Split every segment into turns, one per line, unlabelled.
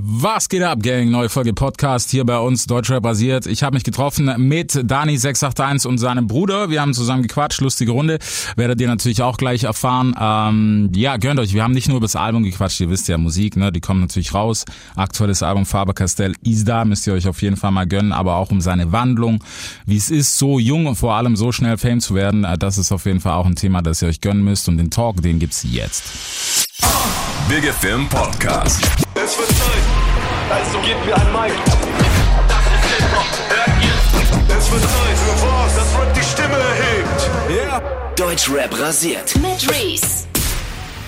Was geht ab, Gang? Neue Folge Podcast hier bei uns, Deutschrap basiert. Ich habe mich getroffen mit Dani681 und seinem Bruder. Wir haben zusammen gequatscht, lustige Runde. Werdet ihr natürlich auch gleich erfahren. Ähm, ja, gönnt euch. Wir haben nicht nur über das Album gequatscht. Ihr wisst ja, Musik, ne? die kommt natürlich raus. Aktuelles Album Faber Castell Isda müsst ihr euch auf jeden Fall mal gönnen. Aber auch um seine Wandlung, wie es ist, so jung und vor allem so schnell Fame zu werden. Äh, das ist auf jeden Fall auch ein Thema, das ihr euch gönnen müsst. Und den Talk, den gibt's jetzt.
Big FM Podcast.
Es wird Zeit. Also gebt mir ein Mic. Das ist Hip-Hop. Hört ihr? Es wird Zeit für was? Das Rap die Stimme erhebt.
Deutschrap rasiert.
mit Reese.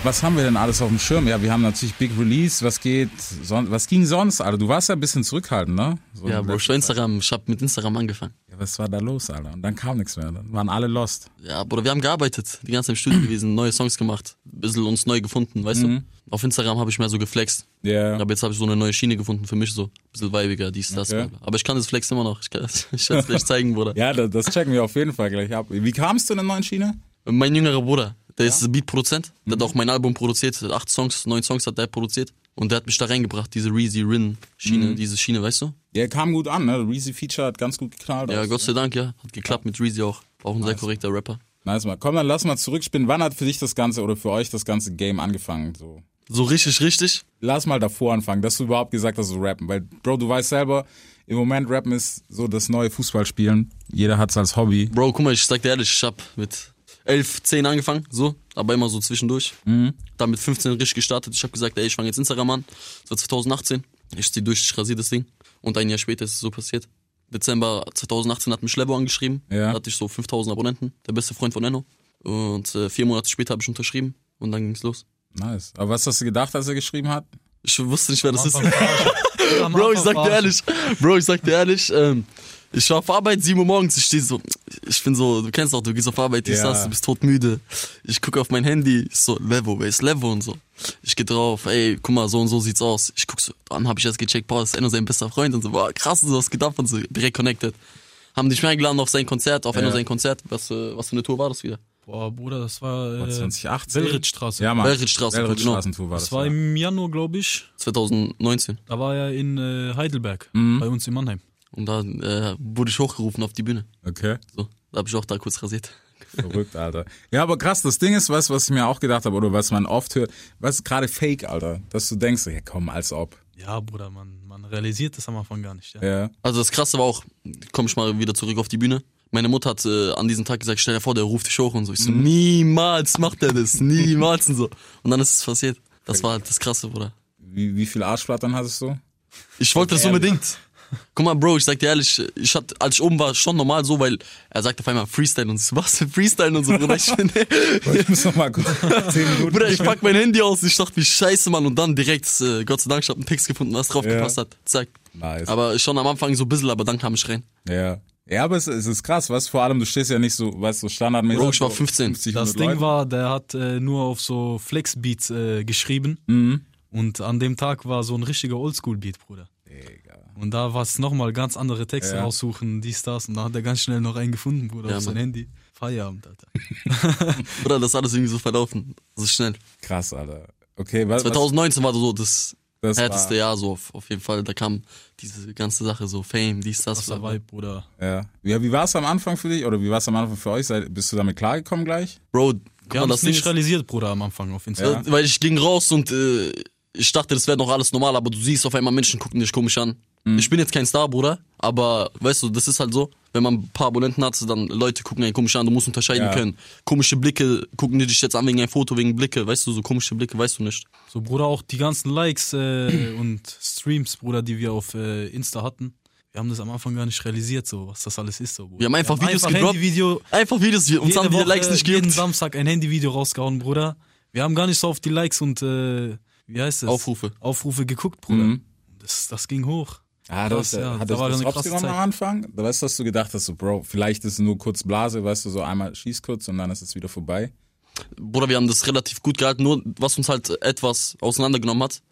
Was haben wir denn alles auf dem Schirm? Ja, wir haben natürlich Big Release. Was geht? Son was ging sonst? Alter, du warst ja ein bisschen zurückhaltend, ne? So
Ja,
in
Bro,
letzter
schon Instagram. Ich hab mit Instagram angefangen.
Zeit. Ja, was war da los, Alter? Und dann kam nichts mehr. Dann waren alle lost.
Ja, Bruder, wir haben gearbeitet. Die ganze Zeit im Studio gewesen, neue Songs gemacht. Bisschen uns neu gefunden, weißt du? Auf Instagram habe ich mehr so geflext.
Mhm. Ja.
Aber jetzt habe ich so eine neue Schiene gefunden für mich, so. Bisschen weibiger, dies, das.
Okay.
bla. Aber ich kann das Flex immer noch. Ich kann es ich werd's gleich zeigen, Bruder.
Ja, das, das checken wir auf jeden Fall gleich ab. Wie kamst du in der neuen Schiene?
Mein jüngerer Bruder, der ist Beatproduzent. Der
Mhm.
hat auch mein Album produziert. Acht Songs, neun Songs hat der produziert. Und der hat mich da reingebracht, diese Reezy Rin Schiene,
Mhm.
diese Schiene, weißt du?
Der kam gut an, ne? Reezy Feature hat ganz gut geknallt.
Ja,
Also,
Gott sei Dank, ja. Hat geklappt mit Reezy auch. Auch ein sehr korrekter Rapper.
Nice mal. Komm, dann lass mal zurückspinnen. Wann hat für dich das Ganze oder für euch das ganze Game angefangen? So.
So richtig, richtig.
Lass mal davor anfangen, dass du überhaupt gesagt hast, so rappen. Weil, Bro, du weißt selber, im Moment rappen ist so das neue Fußballspielen. Jeder hat's als Hobby.
Bro, guck mal, ich sag dir ehrlich, ich hab mit 11, 10 angefangen, so, aber immer so zwischendurch. Dann mit 15 richtig gestartet. Ich hab gesagt, ey, ich fange jetzt Instagram an. Das war 2018. Ich zieh durch, ich rasier das Ding. Und ein Jahr später ist es so passiert. Dezember 2018 hat mich Lebo angeschrieben.
Ja.
Da hatte ich so 5000 Abonnenten, der beste Freund von Enno. Und äh, vier Monate später habe ich unterschrieben und dann ging's los.
Nice. Aber was hast du gedacht, als er geschrieben hat?
Ich wusste nicht, wer das ist. Bro, ich sag dir ehrlich, Bro, ich sag dir ehrlich, ähm, ich war auf Arbeit, 7 Uhr morgens, ich stehe so, ich bin so, du kennst auch, du gehst auf Arbeit, dies,
Ja.
das, du bist todmüde. Ich gucke auf mein Handy, ich so, Levo, wer ist Levo und so. Ich geh drauf, ey, guck mal, so und so sieht's aus. Ich guck so, dann hab ich erst gecheckt, boah, das ist Enno sein bester Freund und so, boah, krass, du hast gedacht und so, direkt connected. Haben dich mehr eingeladen auf sein Konzert, auf Enno sein Konzert, was, äh, was für eine Tour war das wieder?
Boah, Bruder, das war äh,
2018.
Wellritzstraße.
Ja, Mann.
Wellritzstraße, genau.
Wellritzstraßentour war das.
das war im Januar, glaube ich.
2019.
Da war er in äh, Heidelberg,
Mhm.
bei uns in Mannheim.
Und da äh, wurde ich hochgerufen auf die Bühne.
Okay,
So, da hab ich auch da kurz rasiert.
verrückt, Alter. Ja, aber krass, das Ding ist, was, was ich mir auch gedacht habe, oder was man oft hört, was gerade fake, Alter, dass du denkst, ja komm, als ob.
Ja, Bruder, man, man realisiert das am Anfang gar nicht. Ja.
Ja.
Also das Krasse war auch, komm ich mal wieder zurück auf die Bühne. Meine Mutter hat äh, an diesem Tag gesagt, stell dir vor, der ruft dich hoch und so. Ich so, niemals macht er das, niemals und so. Und dann ist es passiert. Das war halt das Krasse, Bruder.
Wie, wie viel Arschflattern hattest du?
Ich wollte das unbedingt. Guck mal, Bro, ich sag dir ehrlich, ich hatte, als ich oben war, schon normal so, weil er sagt auf einmal Freestyle und so, was für Freestyle und so, Bruder. Ich bin,
Ich muss noch mal kurz zehn Minuten.
Bruder, ich pack mein Handy aus, ich dachte, wie scheiße, Mann. Und dann direkt, äh, Gott sei Dank, ich hab einen Text gefunden, was drauf
Ja.
gepasst hat. Zack.
Nice.
Aber schon am Anfang so ein bisschen, aber dann kam ich rein.
ja. Ja, aber es, es ist krass, was vor allem, du stehst ja nicht so, weißt du, standardmäßig.
Bro, ich war
so
15.
50,
Das
100
Ding
Leute.
war, der hat äh, nur auf so Flexbeats äh, geschrieben.
Mhm.
Und an dem Tag war so ein richtiger Oldschool-Beat, Bruder. Und da war es nochmal ganz andere Texte
Ja.
raussuchen, dies, das. Und da hat er ganz schnell noch einen gefunden, Bruder,
Ja,
auf sein
Mann.
Handy. Feierabend, Alter.
Bruder, das ist alles irgendwie so verlaufen. So schnell.
Krass, Alter. Okay, was?
2019 war so das,
was, das
härteste
war,
Jahr, so auf, auf jeden Fall. Da kam diese ganze Sache, so Fame, dies, das.
Krasser
bla, bla.
Vibe, Bruder.
ja. ja, wie war es am Anfang für dich? Oder wie war es am Anfang für euch? Seid- Bist du damit klargekommen gleich?
Bro, guck
Wir
mal,
haben
das
es nicht
nicht. Äh,
realisiert, Bruder, am Anfang auf Instagram.
Weil ich ging raus und äh, ich dachte, das wäre noch alles normal, aber du siehst auf einmal Menschen gucken dich komisch an.
Mhm.
Ich bin jetzt kein Star, Bruder, aber weißt du, das ist halt so. Wenn man ein paar Abonnenten hat, dann Leute gucken einen komisch an, du musst unterscheiden
Ja.
können. Komische Blicke gucken die dich jetzt an wegen ein Foto, wegen Blicke, weißt du, so komische Blicke, weißt du nicht.
So, Bruder, auch die ganzen Likes äh, und Streams, Bruder, die wir auf äh, Insta hatten. Wir haben das am Anfang gar nicht realisiert, so, was das alles ist, so. Bruder.
Wir haben einfach Videos
einfach
gedroppt.
Handyvideo,
Einfach Videos, wir uns
jede
haben die
Woche,
Likes nicht gegeben.
Jeden Samstag ein Handyvideo rausgehauen, Bruder. Wir haben gar nicht so auf die Likes und, äh, wie heißt das?
Aufrufe.
Aufrufe geguckt, Bruder.
Mhm.
Das, das ging hoch.
Ah,
Krass,
das, äh,
ja.
hat
Da
euch
war
das
eine krasse
rausgenommen am
Zeit.
Anfang? Da weißt du, dass du gedacht hast, so, Bro, vielleicht ist nur kurz Blase, weißt du, so einmal schieß kurz und dann ist es wieder vorbei.
Bruder, wir haben das relativ gut gehalten. Nur was uns halt etwas auseinandergenommen hat,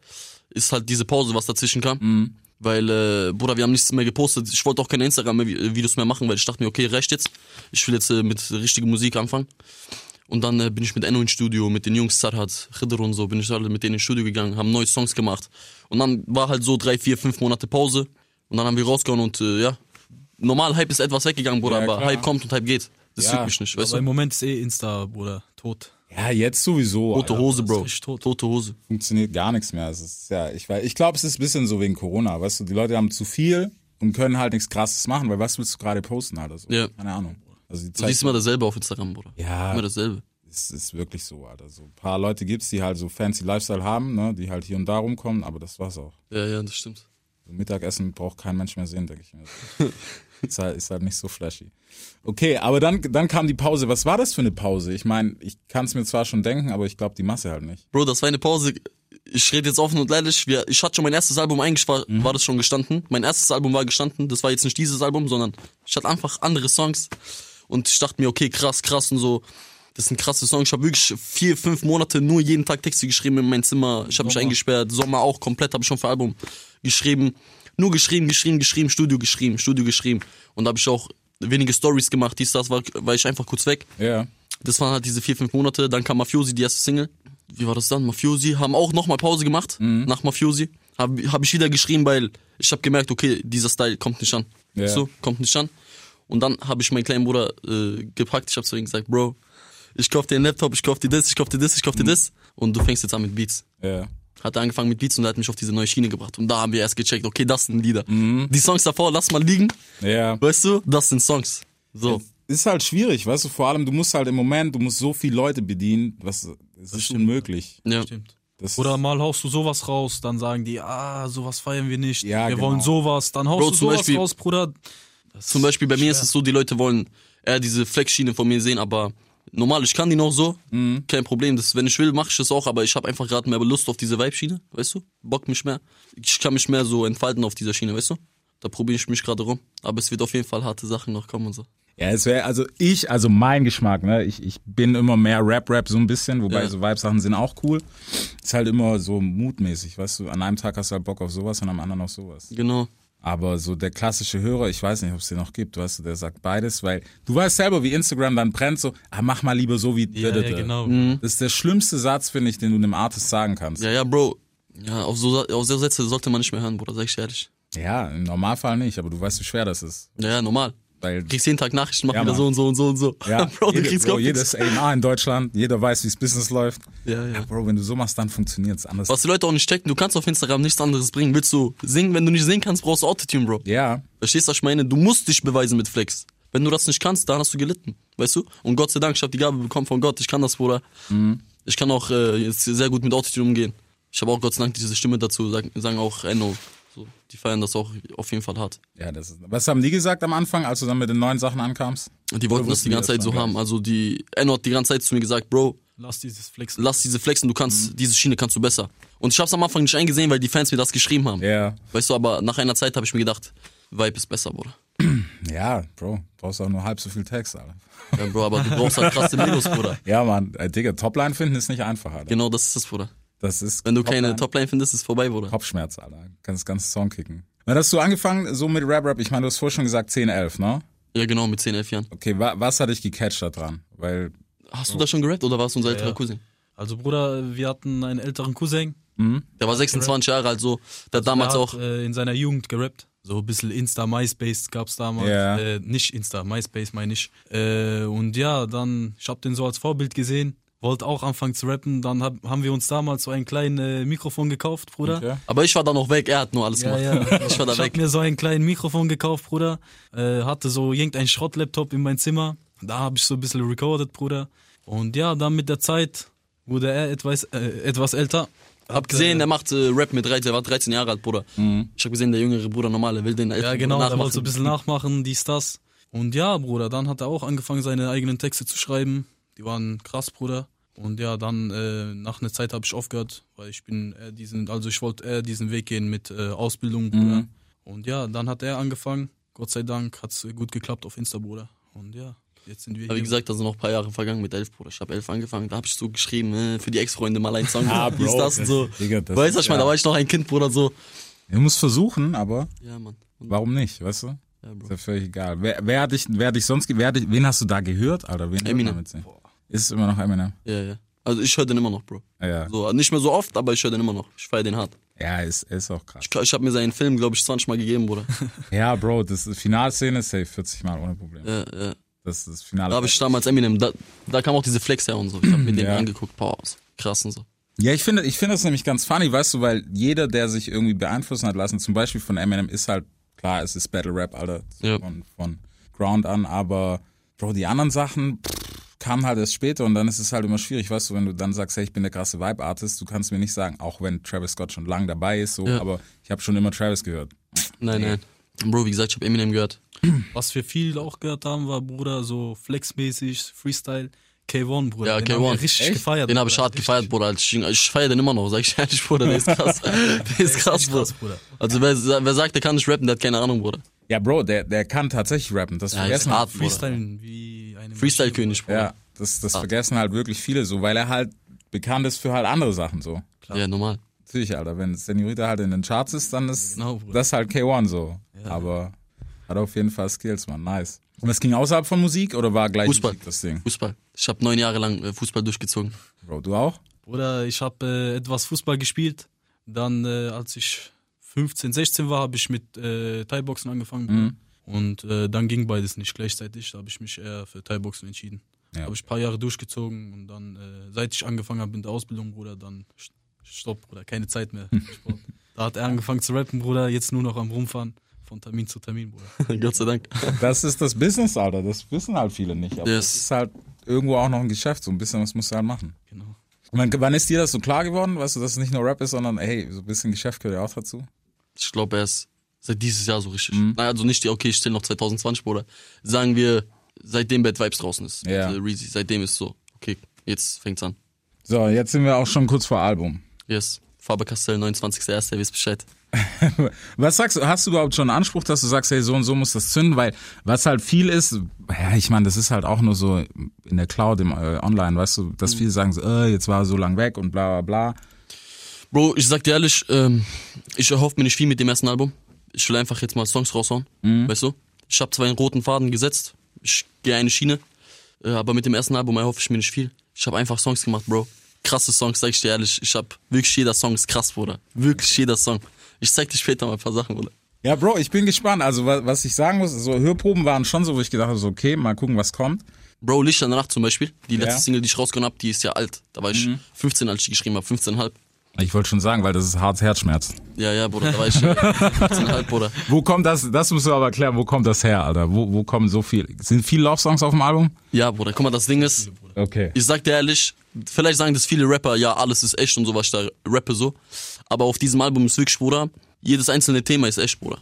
ist halt diese Pause, was dazwischen kam. Weil, äh, Bruder, wir haben nichts mehr gepostet. Ich wollte auch keine Instagram-Videos mehr machen, weil ich dachte mir, okay, reicht jetzt. Ich will jetzt äh, mit richtiger Musik anfangen. Und dann äh, bin ich mit Enno ins Studio, mit den Jungs Sarhat, Khidr und so, bin ich alle mit denen ins Studio gegangen, haben neue Songs gemacht. Und dann war halt so drei, vier, fünf Monate Pause. Und dann haben wir rausgehauen und äh, ja, normal Hype ist etwas weggegangen, Bruder,
Ja,
aber
klar.
Hype kommt und Hype geht. Das
Ja,
juckt mich nicht, weißt du?
Aber im Moment ist eh Insta, Bruder, tot.
Ja, jetzt sowieso.
Tote
Alter.
Hose,
das ist
Bro.
richtig tot.
Tote Hose.
Funktioniert gar nichts mehr. Es ist, ja, ich weiß- ich glaube, es ist ein bisschen so wegen Corona. Weißt du, die Leute haben zu viel und können halt nichts Krasses machen, weil was willst du gerade posten, Alter? So.
Ja.
Keine Ahnung. Also die
Du
Zeit
siehst immer dasselbe auf Instagram, Bruder.
Ja.
Immer dasselbe.
ist, ist wirklich so, Alter. So ein paar Leute gibt's, die halt so fancy Lifestyle haben, ne? die halt hier und da rumkommen, aber das war's auch.
Ja, ja, das stimmt.
So Mittagessen braucht kein Mensch mehr sehen, denke ich mir. ist, halt, ist halt nicht so flashy. Okay, aber dann, dann kam die Pause. Was war das für eine Pause? Ich meine, ich kann's mir zwar schon denken, aber ich glaube die Masse halt nicht.
Bro, das war eine Pause. Ich rede jetzt offen und ehrlich. Wir, ich hatte schon mein erstes Album, eigentlich war, war das schon gestanden. Mein erstes Album war gestanden. Das war jetzt nicht dieses Album, sondern ich hatte einfach andere Songs. Und ich dachte mir, okay, krass, krass und so. Das sind krasse Songs. Ich habe wirklich vier, fünf Monate nur jeden Tag Texte geschrieben in mein Zimmer. Ich habe mich eingesperrt. Sommer auch komplett, habe ich schon für Album geschrieben. Nur geschrieben, geschrieben, geschrieben, Studio geschrieben, Studio geschrieben. Und da habe ich auch wenige Stories gemacht. Dies, das war, war ich einfach kurz weg.
Ja.
Das waren halt diese vier, fünf Monate. Dann kam Mafiosi, die erste Single. Wie war das dann? Mafiosi haben auch nochmal Pause gemacht nach Mafiosi. Habe hab ich wieder geschrieben, weil ich habe gemerkt, okay, dieser Style kommt nicht an.
Ja.
So, kommt nicht an. Und dann habe ich meinen kleinen Bruder äh, gepackt. Ich habe zu ihm gesagt, Bro, ich kauf dir einen Laptop, ich kauf dir das, ich kauf dir das, ich kauf dir das. Und du fängst jetzt an mit Beats.
Ja.
Hat er angefangen mit Beats und er hat mich auf diese neue Schiene gebracht. Und da haben wir erst gecheckt, okay, das sind Lieder. Die Songs davor, lass mal liegen.
Ja.
Weißt du, das sind Songs. So.
Ist halt schwierig, weißt du, vor allem du musst halt im Moment, du musst so viele Leute bedienen, was es ist unmöglich.
Ja.
Stimmt.
Das
Oder mal haust du sowas raus, dann sagen die, ah, sowas feiern wir nicht,
Ja,
wir
genau.
wollen sowas, dann haust
Bro,
du
zum
sowas
Beispiel-
raus, Bruder.
Zum Beispiel bei mir ist es so, die Leute wollen eher diese Flex-Schiene von mir sehen, aber normal, ich kann die noch so.
Mhm.
Kein Problem. Das, wenn ich will, mache ich es auch, aber ich habe einfach gerade mehr Lust auf diese Vibe-Schiene, weißt du? Bock mich mehr. Ich kann mich mehr so entfalten auf dieser Schiene, weißt du? Da probiere ich mich gerade rum. Aber es wird auf jeden Fall harte Sachen noch kommen und so.
Ja, es wäre, also ich, also mein Geschmack, ne? Ich, ich bin immer mehr Rap-Rap so ein bisschen, wobei
Ja.
so Vibe-Sachen sind auch cool. Ist halt immer so mutmäßig, weißt du, an einem Tag hast du halt Bock auf sowas und am anderen auf sowas.
Genau.
Aber so der klassische Hörer, ich weiß nicht, ob es den noch gibt, weißt du, der sagt beides, weil du weißt selber, wie Instagram dann brennt, so, ah, mach mal lieber so wie.
Ja, ja, genau.
Das ist der schlimmste Satz, finde ich, den du einem Artist sagen kannst.
Ja, ja, Bro. Ja, auf so, auf so Sätze sollte man nicht mehr hören, Bruder, sag ich dir ehrlich.
Ja, im Normalfall nicht, aber du weißt, wie schwer das ist.
Ja, ja, normal.
Weil
Du kriegst jeden Tag Nachrichten, mach
Ja,
wieder
Mann.
so und so und so und so.
ja,
Bro, du
jede,
kriegst
Bro,
gar nichts.
jedes A&R in Deutschland, jeder weiß, wie's Business läuft.
Ja, ja.
Bro, wenn du so machst, dann funktioniert's anders.
Was die Leute auch nicht checken, du kannst auf Instagram nichts anderes bringen. Willst du singen? Wenn du nicht singen kannst, brauchst du Autotune, Bro.
Ja,
Verstehst du, was ich meine? Du musst dich beweisen mit Flex. Wenn du das nicht kannst, dann hast du gelitten. Weißt du? Und Gott sei Dank, ich habe die Gabe bekommen von Gott. Ich kann das, Bruder.
Mhm.
Ich kann auch äh, jetzt sehr gut mit Autotune umgehen. Ich habe auch Gott sei Dank diese Stimme dazu, sagen, sagen auch Enno. So, die feiern das auch auf jeden Fall hart.
ja, das ist. Was haben die gesagt am Anfang, als du dann mit den neuen Sachen ankamst?
Und die wollten
Oder
das die
wussten
ganze
die
Zeit
das
so
dann
haben. Also die Enno hat die ganze Zeit zu mir gesagt, Bro,
Lass dieses Flex.
lass diese Flexen, du kannst,
Mhm.
diese Schiene kannst du besser. Und ich hab's am Anfang nicht eingesehen, weil die Fans mir das geschrieben haben.
Ja.
Weißt du, aber nach einer Zeit habe ich mir gedacht, Vibe ist besser, Bruder.
Ja, Bro, brauchst auch nur halb so viel Text, Alter.
Ja, Bro, aber du brauchst halt krasse Melos, Bruder.
Ja, Mann, äh, Digga, Topline finden ist nicht einfach, Alter.
Genau das ist es, Bruder.
Das ist
Wenn du
Topline-
keine Topline findest, ist vorbei, Bruder.
Kopfschmerz, Alter. Kannst ganz Song kicken. Wann hast du angefangen so mit Rap-Rap? Ich meine, du hast vorher schon gesagt 10, 11, ne?
Ja, genau, mit 10, 11 Jahren.
Okay, wa was hat dich gecatcht da dran? Weil,
Hast du da schon gerappt oder warst du unser älterer
ja.
Cousin?
Also Bruder, wir hatten einen älteren Cousin,
Der war 26 Jahre alt, so. Der hat damals
der hat,
auch.
äh, in seiner Jugend gerappt. So ein bisschen Insta, MySpace gab's damals.
Ja.
Äh, nicht Insta, MySpace meine ich. Äh, und ja, dann, ich hab den so als Vorbild gesehen, wollte auch anfangen zu rappen. Dann hab, haben wir uns damals so ein kleines äh, Mikrofon gekauft, Bruder.
Okay.
aber ich war da noch weg, er hat nur alles
Ja,
gemacht.
ja.
Ich war da
ich hab
weg.
mir so ein kleines Mikrofon gekauft, Bruder. Äh, hatte so irgendein Schrottlaptop in mein Zimmer. Da habe ich so ein bisschen recorded, Bruder. Und ja, dann mit der Zeit wurde er etwas, äh, etwas älter.
Hab gesehen, der macht äh, Rap mit 13, der war 13 Jahre alt, Bruder. Ich hab gesehen, der jüngere Bruder, normal, er will den
Ja,
älteren
genau,
Bruder
der wollte so
nachmachen.
ein bisschen nachmachen, dies, das. Und ja, Bruder, dann hat er auch angefangen, seine eigenen Texte zu schreiben. Die waren krass, Bruder. Und ja, dann äh, nach einer Zeit habe ich aufgehört, weil ich bin eher diesen, also ich wollte eher diesen Weg gehen mit äh,
Mhm.
Ausbildung, Bruder. Und ja, dann hat er angefangen. Gott sei Dank hat's äh, gut geklappt auf Insta, Bruder. Und ja, jetzt sind wir
Aber wie
hier.
gesagt, da sind noch ein paar Jahre vergangen mit 11, Bruder. Ich hab 11 angefangen, da hab ich so geschrieben, äh, für die Ex-Freunde mal einen Song.
Ah,
wie ist
Bro,
das und so.
das- Digga, das
weißt du,
ist-
was ich meine? Da
ja.
war ich noch ein Kind, Bruder, so.
du musst versuchen, aber
Ja, Mann. Und-
warum nicht, weißt du?
Ja, Bro.
Ist ja völlig egal. Wer, wer hat dich, wer hat dich sonst, ge- wer hat dich, wen hast du da gehört, Alter? Wen hört man
Eminem.
mit sich? Ist es immer noch Eminem? Ah,
Ja, ja. Also ich höre den immer noch, Bro.
Ja,
So, nicht mehr so oft, aber ich höre den immer noch. Ich feiere den hart.
ja ist, ist auch krass.
Ich, ich habe mir seinen Film, glaube ich, 20 Mal gegeben, Bruder.
Ja, Bro, das ist Finalszene ist safe 40 Mal ohne Problem.
ja, ja.
Das ist das Finale.
Da habe ich damals Eminem, da, da kam auch diese Flex her und so. Ich habe mir den angeguckt, boah, so krass und so.
Ja, ich finde, ich finde das nämlich ganz funny, weißt du, weil jeder, der sich irgendwie beeinflussen hat lassen, zum Beispiel von Eminem, ist halt klar, es ist Battle Rap, Alter, so
Ja.
von, von Ground an, aber Bro, die anderen Sachen pff, kamen halt erst später und dann ist es halt immer schwierig, weißt du, wenn du dann sagst, hey, ich bin der krasse Vibe Artist, du kannst mir nicht sagen, auch wenn Travis Scott schon lang dabei ist, so,
Ja.
aber ich habe schon immer Travis gehört.
Nein, nein. Bro, wie gesagt, ich habe Eminem gehört.
Was wir viel auch gehört haben, war, Bruder, so flexmäßig, Freestyle, K1, Bruder.
Ja,
Den haben wir
K1.
Richtig gefeiert.
Den habe ich
Bruder.
hart gefeiert, Bruder. Als ich, ich feiere den immer noch, sag ich ehrlich, Bruder. Der ist krass. Der ist krass,
echt
Bruder.
krass, Bruder.
Also wer, wer sagt, der kann nicht rappen, der hat keine Ahnung, Bruder.
Ja, Bro, der, der kann tatsächlich rappen, das
Ja, ist
vergessen halt.
hart, Bruder.
Freestylen wie eine
Freestyle-König, Bruder.
Ja, das, das vergessen halt wirklich viele so, weil er halt bekannt ist für halt andere Sachen so.
Ja, normal.
Natürlich, Alter, wenn Senorita halt in den Charts ist, dann ist
Genau, Bruder.
das halt K1 so. Aber hat auf jeden Fall Skills, man. Nice. Und es ging außerhalb von Musik oder war gleich
Fußball.
Musik das Ding?
Fußball. Ich habe neun Jahre lang äh, Fußball durchgezogen.
Bro, du auch?
Bruder, ich habe äh, etwas Fußball gespielt. Dann, äh, als ich 15, 16 war, habe ich mit äh, Thai-Boxen angefangen. Und äh, dann ging beides nicht gleichzeitig. Da habe ich mich eher für Thai-Boxen entschieden.
Ja.
Habe ich ein paar Jahre durchgezogen und dann, äh, seit ich angefangen habe mit der Ausbildung, Bruder, dann st- stopp, Bruder, keine Zeit mehr. für Sport. da hat er angefangen zu rappen, Bruder, jetzt nur noch am Rumfahren. Von Termin zu Termin, Bruder.
Gott sei Dank.
Das ist das Business, Alter. Das wissen halt viele nicht. Aber
Yes.
das ist halt irgendwo auch noch ein Geschäft. So ein bisschen was musst du halt machen.
Genau.
Wann, wann ist dir das so klar geworden, weißt du, dass es nicht nur Rap ist, sondern hey, so ein bisschen Geschäft gehört ja auch dazu?
Ich glaube erst seit dieses Jahr so richtig. Naja, also nicht die, okay, ich zähle noch 2020, Bruder. Sagen wir, seitdem Bad Vibes draußen ist.
Ja.
Mit, äh, Reezy, seitdem ist so, okay, jetzt fängt's an.
So, jetzt sind wir auch schon kurz vor Album.
Yes. Faber Castell, 29.01., ihr wisst Bescheid.
Was sagst du, hast du überhaupt schon einen Anspruch, dass du sagst, hey, so und so muss das zünden? Weil was halt viel ist, ja, ich meine, das ist halt auch nur so in der Cloud, im äh, Online, weißt du,
Mhm.
dass viele sagen so, äh, jetzt war er so lang weg und bla bla bla.
Bro, ich sag dir ehrlich, ähm, ich erhoffe mir nicht viel mit dem ersten Album. Ich will einfach jetzt mal Songs raushauen, weißt du? Ich habe zwar einen roten Faden gesetzt, ich gehe eine Schiene, äh, aber mit dem ersten Album erhoffe ich mir nicht viel. Ich habe einfach Songs gemacht, Bro. Krasse Songs, sag ich dir ehrlich. Ich habe wirklich jeder Song ist krass, Bruder. Wirklich jeder Song. Ich zeig dir später mal ein paar Sachen, Bruder.
Ja, Bro, ich bin gespannt. Also was, was ich sagen muss, so Hörproben waren schon so, wo ich gedacht habe, so, okay, mal gucken, was kommt.
Bro, Licht an der Nacht zum Beispiel, die letzte
Ja.
Single, die ich rausgehauen hab, die ist ja alt. Da war ich 15, als ich die geschrieben habe, 15,5.
Ich wollte schon sagen, weil das ist hart Herzschmerz.
Ja, ja, Bruder, da war ich äh, 15,5, Bruder.
Wo kommt das, das musst du aber erklären, wo kommt das her, Alter? Wo, wo kommen so viel, sind viele Love-Songs auf dem Album?
Ja, Bruder, guck mal, das Ding ist,
Okay.
ich sag dir ehrlich, vielleicht sagen das viele Rapper, ja, alles ist echt und so, was ich da rappe so. Aber auf diesem Album ist wirklich, Bruder, jedes einzelne Thema ist echt, Bruder.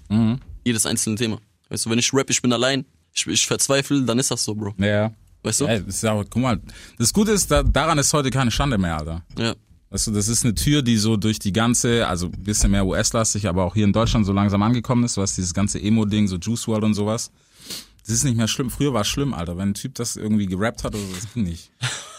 Jedes einzelne Thema. Weißt du, wenn ich rap, ich bin allein, ich, ich verzweifle, dann ist das so, Bro.
Ja.
Weißt du?
Ey, das ist aber, guck mal, das Gute ist, da, daran ist heute keine Schande mehr, Alter.
Ja.
Weißt du, das ist eine Tür, die so durch die ganze, also ein bisschen mehr US-lastig, aber auch hier in Deutschland so langsam angekommen ist, was dieses ganze Emo-Ding, so Juice World und sowas. Das ist nicht mehr schlimm. Früher war es schlimm, Alter. Wenn ein Typ das irgendwie gerappt hat oder so, das ging nicht.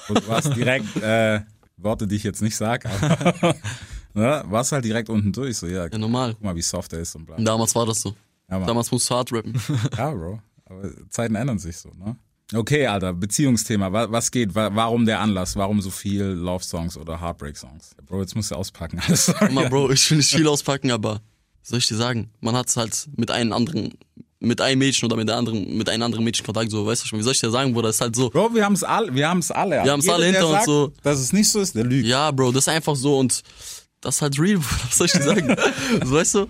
Und du warst direkt, äh, Worte, die ich jetzt nicht sag, aber ne, warst halt direkt unten durch. So, ja,
Ja, normal.
guck mal, wie soft er ist und bla.
Und damals war das so.
Ja, Mann.
damals musst du hart rappen.
Ja, Bro. Aber Zeiten ändern sich so, ne? Okay, Alter, Beziehungsthema. Wa- Was geht? Wa- Warum der Anlass? Warum so viel Love-Songs oder Heartbreak-Songs? Bro, jetzt musst du auspacken. Alles
Guck mal, Bro, ich will nicht viel auspacken, aber soll ich dir sagen, man hat halt mit einem anderen, mit einem Mädchen oder mit der anderen, mit einem anderen Mädchen Kontakt, so, weißt du schon, wie soll ich dir sagen, Bruder, ist halt so.
Bro, wir haben es alle. Wir haben's alle.
Wir haben's
Jeder,
alle
der
hinter uns
sagt,
so.
Dass es nicht so ist, der lügt.
Ja, Bro, das ist einfach so und das ist halt real, Bruder, was soll ich dir sagen? So, weißt du?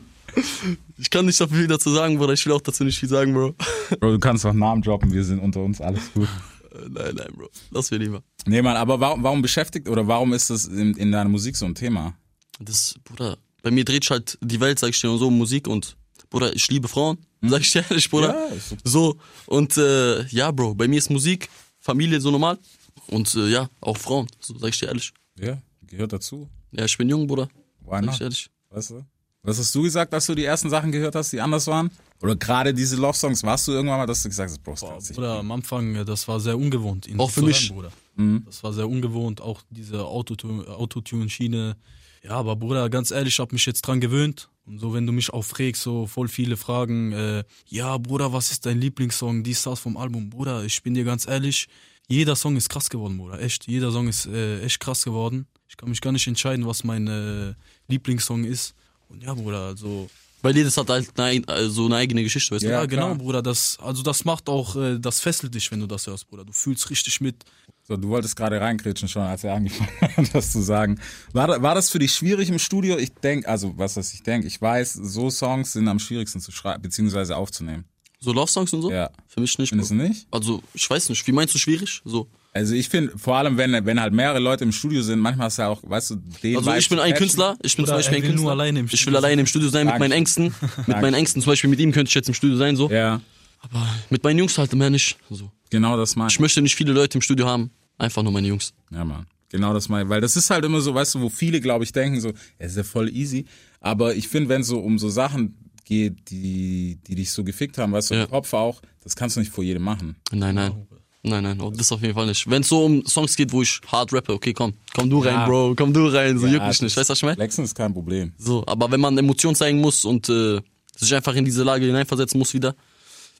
Ich kann nicht so viel dazu sagen, Bruder, ich will auch dazu nicht viel sagen, Bro.
Bro, du kannst auch Namen droppen. Wir sind unter uns. Alles gut.
Äh, Nein, nein, Bro, lass mir lieber.
Nee, Mann, aber warum, warum beschäftigt oder warum ist das in, in deiner Musik so ein Thema?
Das, Bruder, bei mir dreht sich halt die Welt, sag ich dir, und so Musik und, Bruder, ich liebe Frauen, sag ich dir ehrlich, Bruder.
Mhm. Ja, ist so.
so, und äh, ja, Bro, bei mir ist Musik, Familie so normal und äh, ja, auch Frauen, so sag ich dir ehrlich.
Ja, gehört dazu.
Ja, ich bin jung, Bruder,
Why
sag ich
not?
dir ehrlich.
Weißt du? Was hast du gesagt, dass du die ersten Sachen gehört hast, die anders waren? Oder gerade diese Love-Songs, warst du irgendwann mal, dass du gesagt hast, Bro, das kannst du nicht.
Bruder, am Anfang, äh, das war sehr ungewohnt. ihn
Auch für
zu
mich. Mhm.
hören, Bruder. Das war sehr ungewohnt, auch diese Autotune- Autotune-Schiene. Ja, aber Bruder, ganz ehrlich, ich hab mich jetzt dran gewöhnt. Und so, wenn du mich aufregst, so voll viele Fragen, äh, ja, Bruder, was ist dein Lieblingssong, dies, das vom Album? Bruder, ich bin dir ganz ehrlich, jeder Song ist krass geworden, Bruder, echt. Jeder Song ist äh, echt krass geworden. Ich kann mich gar nicht entscheiden, was mein äh, Lieblingssong ist. Und ja, Bruder, also
Weil jedes hat halt nein, also eine eigene Geschichte, weißt
Ja,
ja,
du?
genau,
klar.
Bruder. Das, also das macht auch, äh, das fesselt dich, wenn du das hörst, Bruder. Du fühlst richtig mit.
So, du wolltest gerade reinkritschen schon, als er angefangen hat, das zu sagen. War, da- war das für dich schwierig im Studio? Ich denk, also was heißt ich denk, ich weiß, so Songs sind am schwierigsten zu schreiben, beziehungsweise aufzunehmen.
So Love-Songs und so?
Ja.
Für mich nicht.
Findest
Bro.
du nicht?
Also, ich weiß nicht. Wie meinst du schwierig? So.
Also ich finde, vor allem wenn, wenn halt mehrere Leute im Studio sind, manchmal ist ja auch, weißt du, den
Also, ich bin ein
Vibe zu catchen.
Künstler. Ich bin
Oder
zum Beispiel
er
ein
will nur
Künstler.
alleine im
ich
Studio
will alleine im Studio sein mit meinen Ängsten. Mit meinen Ängsten. Zum Beispiel mit ihm könnte ich jetzt im Studio sein, so.
Ja,
Aber mit meinen Jungs halt mehr nicht. So.
genau das meine
Ich möchte nicht viele Leute im Studio haben. Einfach nur meine Jungs.
Ja, Mann. Genau das meine ich. Weil das ist halt immer so, weißt du, wo viele, glaube ich, denken, so, es ist ja voll easy. Aber ich finde, wenn es so um so Sachen geht, die, die dich so gefickt haben, weißt du,
Ja.
im Kopf auch, das kannst du nicht vor jedem machen.
Nein, nein. Nein, nein, oh, das auf jeden Fall nicht. Wenn es so um Songs geht, wo ich hart rappe, okay, komm, komm du rein, Bro, komm du rein, so juckt mich nicht, weißt du, was ich meine?
Flexen ist kein Problem.
So, aber wenn man Emotionen zeigen muss und äh, sich einfach in diese Lage hineinversetzen muss wieder,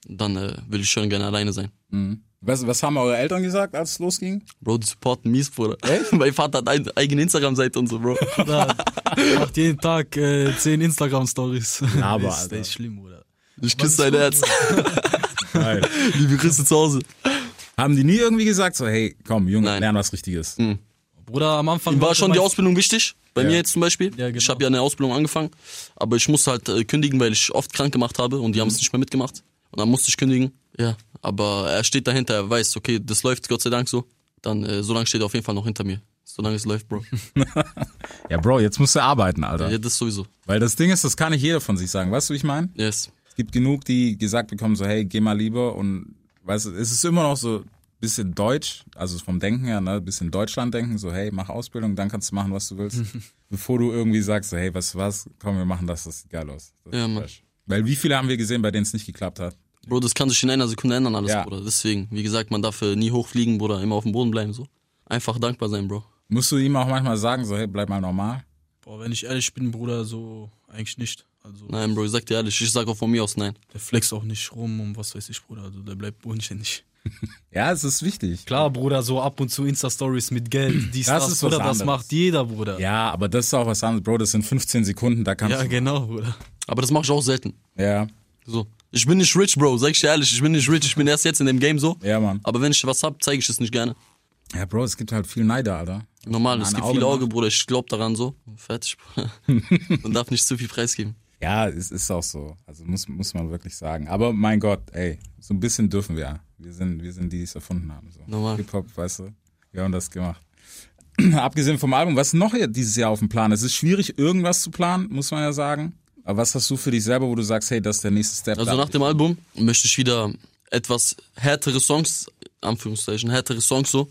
dann äh, will ich schon gerne alleine sein.
Was, was haben eure Eltern gesagt, als es losging?
Bro, die supporten mies, Bruder. mein Vater hat eine eigene Instagram-Seite und so, Bro.
Bruder, macht jeden Tag äh, zehn Instagram-Stories.
aber,
das ist
Alter.
echt schlimm, Bruder.
Ich küsse dein Herz. Liebe Grüße zu Hause.
haben die nie irgendwie gesagt, so, hey, komm, Junge,
Nein. Hm.
lern was Richtiges?
Bruder, am Anfang
War
wollte
schon die
mein-
Ausbildung wichtig? Bei
Ja.
mir jetzt zum Beispiel.
Ja, genau.
Ich habe ja eine Ausbildung angefangen, aber ich musste halt äh, kündigen, weil ich oft krank gemacht habe und die haben es nicht mehr mitgemacht. Und dann musste ich kündigen. Ja, aber er steht dahinter, er weiß, okay, das läuft Gott sei Dank so. Dann, äh, so lange steht er auf jeden Fall noch hinter mir. Solange es läuft, Bro.
Ja, Bro, jetzt musst du arbeiten, Alter.
ja, das sowieso.
Weil das Ding ist, das kann nicht jeder von sich sagen. Weißt du, wie ich meine?
Yes.
Es gibt genug, die gesagt bekommen, so, hey, geh mal lieber und weißt du, es ist immer noch so ein bisschen deutsch, also vom Denken her, ne, ein bisschen Deutschland denken, so, hey, mach Ausbildung, dann kannst du machen, was du willst. Bevor du irgendwie sagst, so, hey, was, was, komm, wir machen das, das sieht geil aus. Das
Ja,
ist
Mann.
fresh. Weil wie viele haben wir gesehen, bei denen es nicht geklappt hat?
Bro, das kann sich in einer Sekunde ändern alles,
Ja.
Bruder. Deswegen, wie gesagt, man darf äh, nie hochfliegen, Bruder, immer auf dem Boden bleiben, so. Einfach dankbar sein, Bro.
Musst du ihm auch manchmal sagen, so, hey, bleib mal normal?
Boah, wenn ich ehrlich bin, Bruder, so eigentlich nicht. Also
Nein, Bro, ich sag dir ehrlich, ich sag auch von mir aus nein.
der flext auch nicht rum und was weiß ich, Bruder. Also der bleibt bodenständig.
Ja, es ist wichtig.
Klar, Bruder, so ab und zu Insta-Stories mit Geld, dies,
Das
das,
ist was
Bruder, das
anderes.
macht jeder, Bruder.
Ja, aber das ist auch was anderes, Bro, das sind 15 Sekunden, da kannst
Ja,
du.
genau, Bruder.
Aber das mache ich auch selten.
Ja,
So. Ich bin nicht rich, Bro, sag ich dir ehrlich, ich bin nicht rich, ich bin erst jetzt in dem Game so.
ja, Mann.
Aber wenn ich was hab, zeige ich es nicht gerne.
Ja, Bro, es gibt halt viel Neider, Alter.
Normal, es
Ein
gibt
Auge
viele
macht.
Auge, Bruder, ich glaub daran so. Fertig, Bruder. Man darf nicht zu viel preisgeben.
Ja, es ist auch so. Also muss, muss man wirklich sagen. Aber mein Gott, ey, so ein bisschen dürfen wir. Wir sind, wir sind die, die es erfunden haben. So.
Normal.
Hip-Hop, weißt du, wir haben das gemacht. Abgesehen vom Album, was ist noch hier dieses Jahr auf dem Plan? Es ist schwierig, irgendwas zu planen, muss man ja sagen. Aber was hast du für dich selber, wo du sagst, hey, das ist der nächste Step?
Also
da-
nach dem Album möchte ich wieder etwas härtere Songs, Anführungszeichen, härtere Songs so,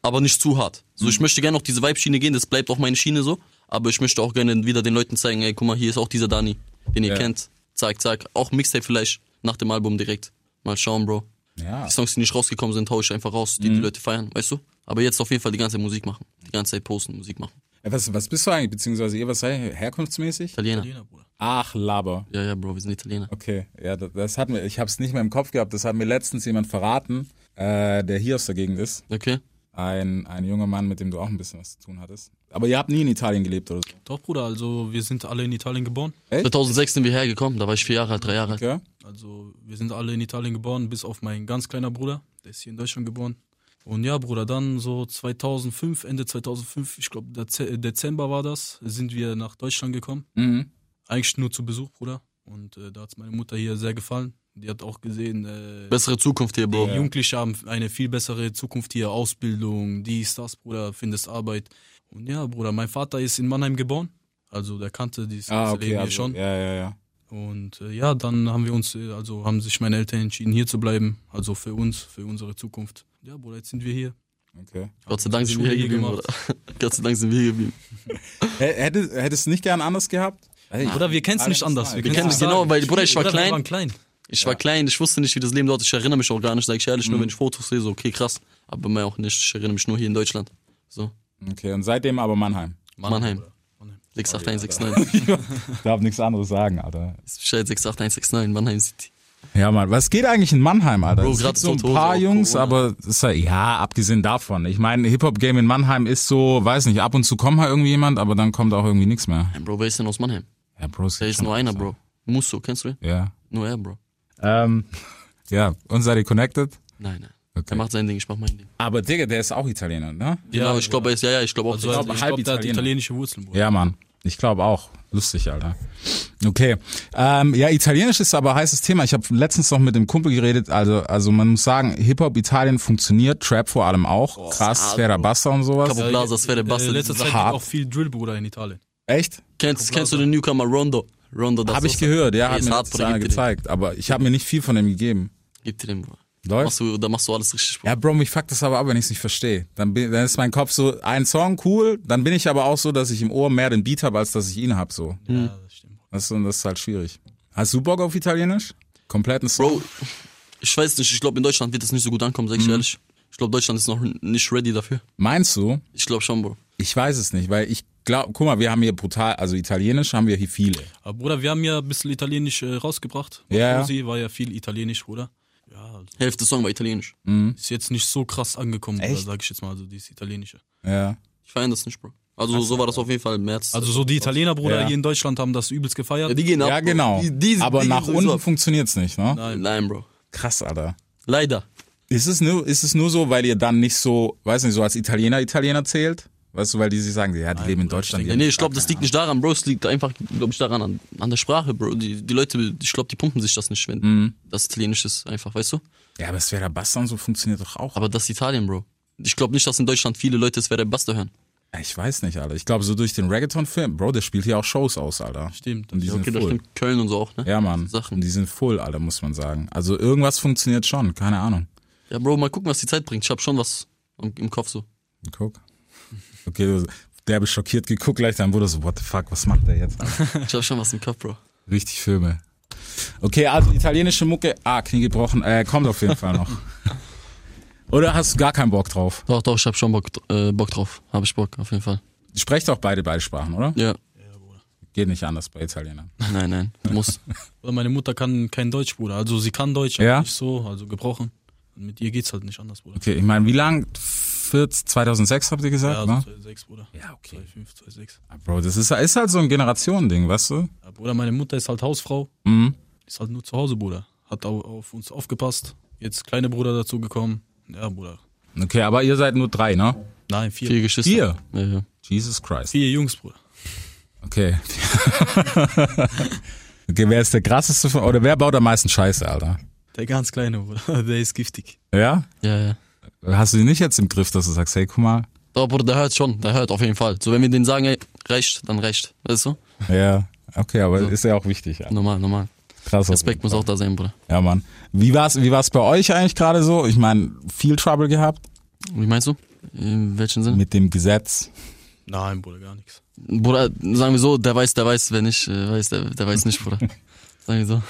aber nicht zu hart. So, ich möchte gerne auf diese Vibe-Schiene gehen, das bleibt auch meine Schiene so, aber ich möchte auch gerne wieder den Leuten zeigen, ey, guck mal, hier ist auch dieser Dani, den ihr
Ja.
kennt. Zack, zack. Auch Mixtape vielleicht nach dem Album direkt. Mal schauen, Bro.
ja,
Die Songs, die nicht rausgekommen sind, tausche ich einfach raus, die die Leute feiern, weißt du? Aber jetzt auf jeden Fall die ganze Zeit Musik machen. Die ganze Zeit posten, Musik machen.
Ey, was, was bist du eigentlich, beziehungsweise ihr, was seid ihr, herkunftsmäßig?
Italiener.
Jeder, Bruder.
Ach, Laber.
Ja, ja, Bro, wir sind Italiener.
Okay, ja, das, das hat mir, ich habe es nicht mehr im Kopf gehabt, das hat mir letztens jemand verraten, äh, der hier aus der Gegend ist.
Okay?
ein, ein junger Mann, mit dem du auch ein bisschen was zu tun hattest. Aber ihr habt nie in Italien gelebt oder so.
Doch, Bruder, also wir sind alle in Italien geboren.
2006 sind wir hergekommen, da war ich vier Jahre alt, drei Jahre alt.
Okay?
Also wir sind alle in Italien geboren, bis auf meinen ganz kleiner Bruder, der ist hier in Deutschland geboren. Und ja, Bruder, dann so 2005, Ende 2005, ich glaube Dez- äh, Dezember war das, sind wir nach Deutschland gekommen.
Mhm.
Eigentlich nur zu Besuch, Bruder. Und äh, da hat es meine Mutter hier sehr gefallen. Die hat auch gesehen, äh,
Bessere Zukunft hier, Bro.
die Jugendliche haben eine viel bessere Zukunft hier, Ausbildung, dies, das, Bruder, findest Arbeit. Und ja, Bruder, mein Vater ist in Mannheim geboren, also der kannte dieses
Ah,
ganze
okay.
Leben hier
Also,
schon.
Ja, ja, ja.
Und äh, ja, dann haben wir uns, äh, also haben sich meine Eltern entschieden, hier zu bleiben. Also für uns, für unsere Zukunft. Ja, Bruder, jetzt sind wir hier.
Okay.
Gott sei Dank sind wir
Schule
hier
hier
geblieben, Bruder. Gott sei Dank sind wir hier geblieben.
Hä- Hättest, hättest du nicht gern anders gehabt? Hey,
Bruder, wir kennen es nicht anders.
Wir
Wir
kannen's
kennen
nicht
es genau,
sagen.
weil, Bruder, ich war
Bruder, wir
klein.
waren klein.
Ich war klein, ich wusste nicht, wie das Leben dort ist. Ich erinnere mich auch gar nicht, sag ich ehrlich,
Mhm.
nur wenn ich Fotos sehe, so, okay, krass. Aber mehr auch nicht. Ich erinnere mich nur hier in Deutschland. So,
Okay, und seitdem aber Mannheim.
Mannheim.
Mannheim.
68169.
Darf nichts anderes sagen, Alter.
Ist Bescheid 68169, Mannheim City.
Ja, Mann, was geht eigentlich in Mannheim, Alter?
Bro,
es gibt
grad
so ein
ist Tote,
paar
auch
Jungs,
Corona.
aber es ist ja, ja, abgesehen davon. Ich meine, Hip-Hop-Game in Mannheim ist so, weiß nicht, ab und zu kommt mal irgendwie jemand, aber dann kommt auch irgendwie nichts mehr.
Hey, Bro, wer ist denn aus Mannheim?
Ja, Bro, es
Da
gibt
ist
schon
nur einer,
was,
Bro. Musso, kennst du den?
Ja.
Nur er, Bro.
Ähm, ja, und seid ihr connected?
Nein, nein.
Okay.
Er macht sein Ding, ich mach mein Ding.
Aber Digga, der ist auch Italiener, ne?
Ja,
Ja, ich glaube, er ist, ja, ja, ich glaube auch.
Also,
der
ich
ist-
glaub,
glaube,
halb
glaub, der hat
Italiener.
italienische Wurzeln, Bruder.
Ja, Mann. Ich glaube auch. Lustig, Alter. Okay. Ähm, ja, Italienisch ist aber ein heißes Thema. Ich habe letztens noch mit dem Kumpel geredet. Also, also man muss sagen, Hip-Hop Italien funktioniert, Trap vor allem auch. Krass, Sfera Basta und sowas.
Capo- Blaser, das wäre der Bastard.
Äh, letzter Zeit
Hart.
gibt auch viel Drill, Bruder, in Italien.
Echt?
Kennst, kennst du den Newcomer Rondo? Rondo, das
Habe ich
ist-
gehört, ja,
Ey,
hat
ist
mir
hart,
letztens
Bruder,
einer
gib dir den.
gezeigt. Aber ich habe mir nicht viel von dem gegeben.
Gib dir den, Bro.
Läuft?
Machst du, da machst du alles richtig, Bro.
Ja, Bro, mich fuckt das aber ab, wenn ich es nicht verstehe. Dann, bin- dann ist mein Kopf so, ein Song cool, dann bin ich aber auch so, dass ich im Ohr mehr den Beat habe, als dass ich ihn habe. So. Hm.
Ja, das stimmt.
Das, ist- das ist halt schwierig. Hast du Bock auf Italienisch? Kompletten Song?
Bro, ich weiß nicht, ich glaube, in Deutschland wird das nicht so gut ankommen, sag ich ehrlich. Ich glaube, Deutschland ist noch nicht ready dafür.
Meinst du?
Ich glaube schon, Bro.
Ich weiß es nicht, weil ich glaube, guck mal, wir haben hier brutal, also Italienisch haben wir hier viele.
Aber Bruder, wir haben ja ein bisschen Italienisch äh, rausgebracht.
Ja, ja.
Rosi war ja viel Italienisch, Bruder.
Hälfte Song war italienisch.
Ist jetzt nicht so krass angekommen, Bruder,
Echt?
sag ich jetzt mal, also dieses Italienische.
Ja.
Ich feiere das nicht, Bro. Also, so war das auf jeden Fall im März.
Also so die Italiener, Bruder,
Ja.
hier in Deutschland haben das übelst gefeiert.
ja, die gehen ab.
Ja,
Bro.
genau.
Die, die,
aber
die
nach
gehen sowieso
unten funktioniert's nicht, ne?
ab. Nein, Bro.
Krass, Alter.
Leider.
Ist es, nur, ist es nur so, weil ihr dann nicht so, weiß nicht, so als Italiener Italiener zählt? Weißt du, weil die sich sagen, ja, die leben in Deutschland.
Ja, nee, ich glaube, das liegt nicht daran, Bro. Es liegt einfach, glaube ich, daran, an, an der Sprache, Bro. Die, die Leute, ich glaube, die pumpen sich das nicht, wenn das Italienisch ist, einfach, weißt du?
Ja, aber Sfera Bastan so funktioniert doch auch.
Aber das ist Italien, Bro. Ich glaube nicht, dass in Deutschland viele Leute Sverre Basta hören.
Ich weiß nicht, Alter. Ich glaube, so durch den Reggaeton-Film, Bro, der spielt hier auch Shows aus, Alter.
Stimmt.
Und die sind
Okay, das
full.
stimmt. Köln und so auch, ne?
Ja, Mann.
Sachen.
Und die sind full, Alter, muss man sagen. Also irgendwas funktioniert schon, keine Ahnung.
Ja, Bro, mal gucken, was die Zeit bringt. Ich hab schon was im, im Kopf so.
Guck. Okay, du, der habe schockiert geguckt gleich, dann wurde so, what the fuck, was macht der jetzt?
Ich hab schon was im Kopf, Bro.
Richtig Filme. Okay, also italienische Mucke, ah, Knie gebrochen, äh, kommt auf jeden Fall noch. Oder hast du gar keinen Bock drauf?
Doch, doch, ich hab schon Bock, äh, Bock drauf. Hab ich Bock, auf jeden Fall.
Sprecht doch beide beide Sprachen, oder?
Ja.
Geht nicht anders bei Italienern.
Nein, nein. Muss.
Bruder, meine Mutter kann kein Deutsch, Bruder. Also sie kann Deutsch, aber
Ja?
nicht so, also gebrochen. Und mit ihr geht's halt nicht anders, Bruder.
Okay, ich meine, wie lang? 14, 2006 habt ihr gesagt,
Ja,
ne?
also 2,6, Bruder.
Ja, okay.
2,5, 2,6.
Ah, Bro, das ist, ist halt so ein Generationending, weißt du?
Ja, Bruder, meine Mutter ist halt Hausfrau.
Mhm.
Ist halt nur zu Hause, Bruder. Hat au- auf uns aufgepasst. Jetzt kleine Bruder dazu gekommen. Ja, Bruder.
Okay, aber ihr seid nur drei, ne?
Nein, vier.
Vier
Vier,
Geschwister.
Vier?
Ja, ja.
Jesus Christ.
Jungs, Bruder.
Okay. okay, wer ist der krasseste von, oder wer baut am meisten Scheiße, Alter?
Der ganz kleine, Bruder. Der ist giftig.
Ja?
Ja, ja.
Hast du die nicht jetzt im Griff, dass du sagst, hey, guck mal.
Doch, Bruder, der hört schon. Der hört auf jeden Fall. So, wenn wir denen sagen, ey, reicht, dann reicht. Weißt du?
Ja. Okay, aber ist ja auch wichtig. Ja.
Normal, normal.
Krass. auf
Respekt
jeden
muss auch da sein, Bruder.
Fall. Ja, Mann. Wie war's, wie war's bei euch eigentlich gerade so? Ich meine, viel Trouble gehabt
Wie meinst du? In welchem Sinne?
mit dem Gesetz.
Nein, Bruder, gar nichts.
Bruder, sagen wir so, der weiß, der weiß, wer nicht äh, weiß, der, der weiß nicht, Bruder. sagen wir so.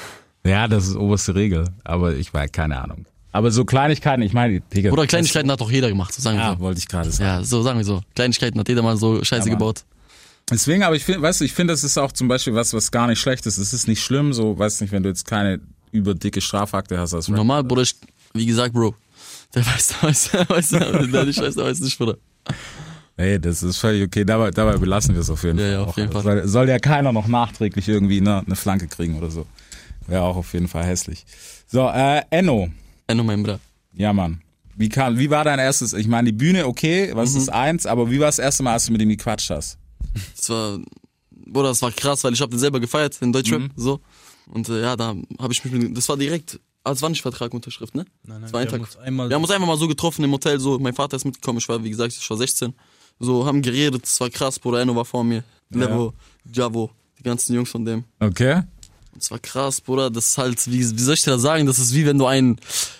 Ja, das ist oberste Regel. Aber ich weiß, keine Ahnung. Aber so Kleinigkeiten, ich meine, Digga.
Bruder, Kleinigkeiten hat doch jeder gemacht, so sagen wir
Ja,
so.
wollte ich gerade sagen.
Ja, so sagen wir so. Kleinigkeiten hat jeder mal so Scheiße
Ja, Mann.
gebaut.
Deswegen, aber ich finde, weißt du, ich finde, das ist auch zum Beispiel was, was gar nicht schlecht ist. Es ist nicht schlimm, so, weiß nicht, wenn du jetzt keine überdicke Strafakte hast. Als Rapper.
Normal, Bruder, ich, wie gesagt, Bro. Der weiß, der weiß, der weiß, der nicht weiß, der weiß nicht, Bruder.
Ey, das ist völlig okay. Dabei, dabei belassen wir es auf jeden
Ja,
Fall.
ja, auf
auch.
jeden
Das
Fall.
Soll, soll ja keiner noch nachträglich irgendwie ne, eine Flanke kriegen oder so. Wäre auch auf jeden Fall hässlich. So, äh, Enno.
Enno, mein Bruder.
Ja, Mann. Wie, kam, wie war dein erstes, ich meine, die Bühne, okay,
Mhm.
was ist eins, aber wie war das erste Mal, als du mit ihm gequatscht hast?
Das war, Bruder, das war krass, weil ich habe den selber gefeiert in Deutschrap, so. Und äh, ja, da habe ich mich mit, das war direkt, als wann ich Vertrag Unterschrift, ne?
Nein, nein,
das war ein
wir haben
Tag.
uns einmal-
wir haben uns einfach mal so getroffen im Hotel, so, mein Vater ist mitgekommen, ich war, wie gesagt, ich war 16. So, haben geredet, es war krass, Bruder, Enno war vor mir. Levo, Javo, die ganzen Jungs von dem.
Okay.
Das war krass, Bruder. Das ist halt, wie, wie soll ich dir das sagen? Das ist wie wenn du einen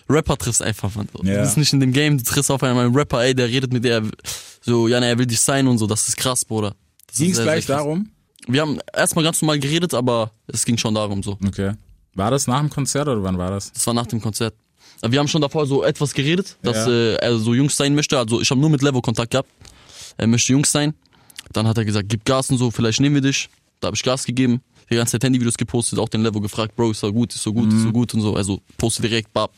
Rapper triffst, einfach, Mann.
Ja.
Du bist nicht in dem Game, du triffst auf einmal einen Rapper, ey, der redet mit dir, er- so, ja, ne, er will dich sein und so. Das ist krass, Bruder. Das ist
Ging es
sehr, sehr
gleich
krass.
darum?
Wir haben erstmal ganz normal geredet, aber es ging schon darum, so.
Okay. War das nach dem Konzert oder wann war das?
Das war nach dem Konzert. Wir haben schon davor so etwas geredet, dass
Ja.
äh, er so Jungs sein möchte. Also, ich habe nur mit Levo Kontakt gehabt. Er möchte Jungs sein. Dann hat er gesagt, gib Gas und so, vielleicht nehmen wir dich. Da habe ich Gas gegeben. Die ganze Zeit Handyvideos gepostet, auch den Level gefragt, Bro, ist so gut, ist so gut, ist so gut und so. Also poste direkt, bab.